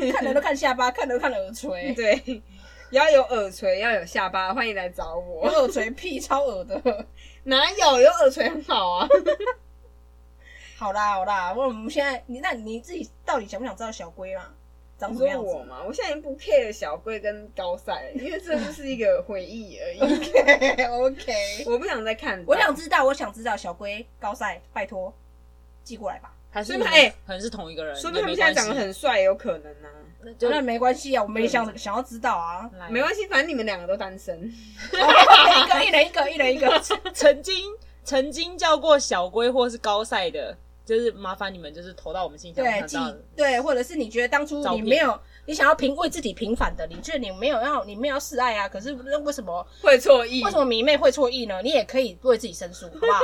[SPEAKER 4] 临。
[SPEAKER 2] 看人都看下巴，看人都看耳垂，
[SPEAKER 4] 对，要有耳垂，要有下巴，欢迎来找
[SPEAKER 2] 我
[SPEAKER 4] 我。
[SPEAKER 2] 耳垂屁超耳的。
[SPEAKER 4] 哪有有耳垂很好啊？
[SPEAKER 2] 好啦好啦，我们现在你那你自己到底想不想知道小龟嘛？长
[SPEAKER 4] 你
[SPEAKER 2] 什么
[SPEAKER 4] 说
[SPEAKER 2] 样
[SPEAKER 4] 我
[SPEAKER 2] 子？
[SPEAKER 4] 嘛，我现在已经不 care 小龟跟高赛，因为这就是一个回忆 而已。
[SPEAKER 2] OK，
[SPEAKER 4] 我不想再看到，
[SPEAKER 2] 我想知道，我想知道小龟高赛，拜托寄过来吧。
[SPEAKER 3] 还是
[SPEAKER 4] 所以嘛
[SPEAKER 3] 你们
[SPEAKER 4] 哎
[SPEAKER 3] 可能是同一个人，
[SPEAKER 4] 说不定
[SPEAKER 3] 也没
[SPEAKER 4] 他们现在
[SPEAKER 3] 关系
[SPEAKER 4] 长得很帅，有可能啊。
[SPEAKER 3] 那就
[SPEAKER 2] 那没关系啊，我们也想想要知道 啊。哦
[SPEAKER 3] 来
[SPEAKER 4] 没关系，反正你们两个都单身。
[SPEAKER 2] 一个一人一个一人一个，
[SPEAKER 3] 曾经曾经叫过小龟或是高赛的，就是麻烦你们就是投到我们信箱，
[SPEAKER 2] 对
[SPEAKER 3] 看
[SPEAKER 2] 寄
[SPEAKER 3] 到
[SPEAKER 2] 对，或者是你觉得当初
[SPEAKER 3] 照
[SPEAKER 2] 你
[SPEAKER 3] 片
[SPEAKER 2] 没有你想要平为自己平反的，你觉得你没有要你没有要示爱啊？可是那为什么
[SPEAKER 4] 会错意
[SPEAKER 2] 为什么迷妹会错意呢？你也可以为自己申诉，好不好？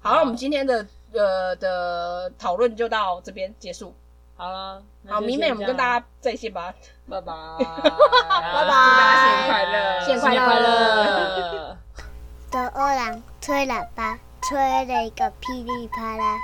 [SPEAKER 2] 好，那我们今天的呃的讨论就到这边结束。
[SPEAKER 3] 好了，
[SPEAKER 2] 好，迷妹，我们跟
[SPEAKER 3] 家
[SPEAKER 2] 大家再见吧，
[SPEAKER 4] 拜拜，
[SPEAKER 3] 拜
[SPEAKER 4] 拜拜，
[SPEAKER 3] 新
[SPEAKER 4] 祝大家新年快乐，
[SPEAKER 3] 年快乐。
[SPEAKER 1] 的欧郎吹喇叭，吹了一个噼里啪啦。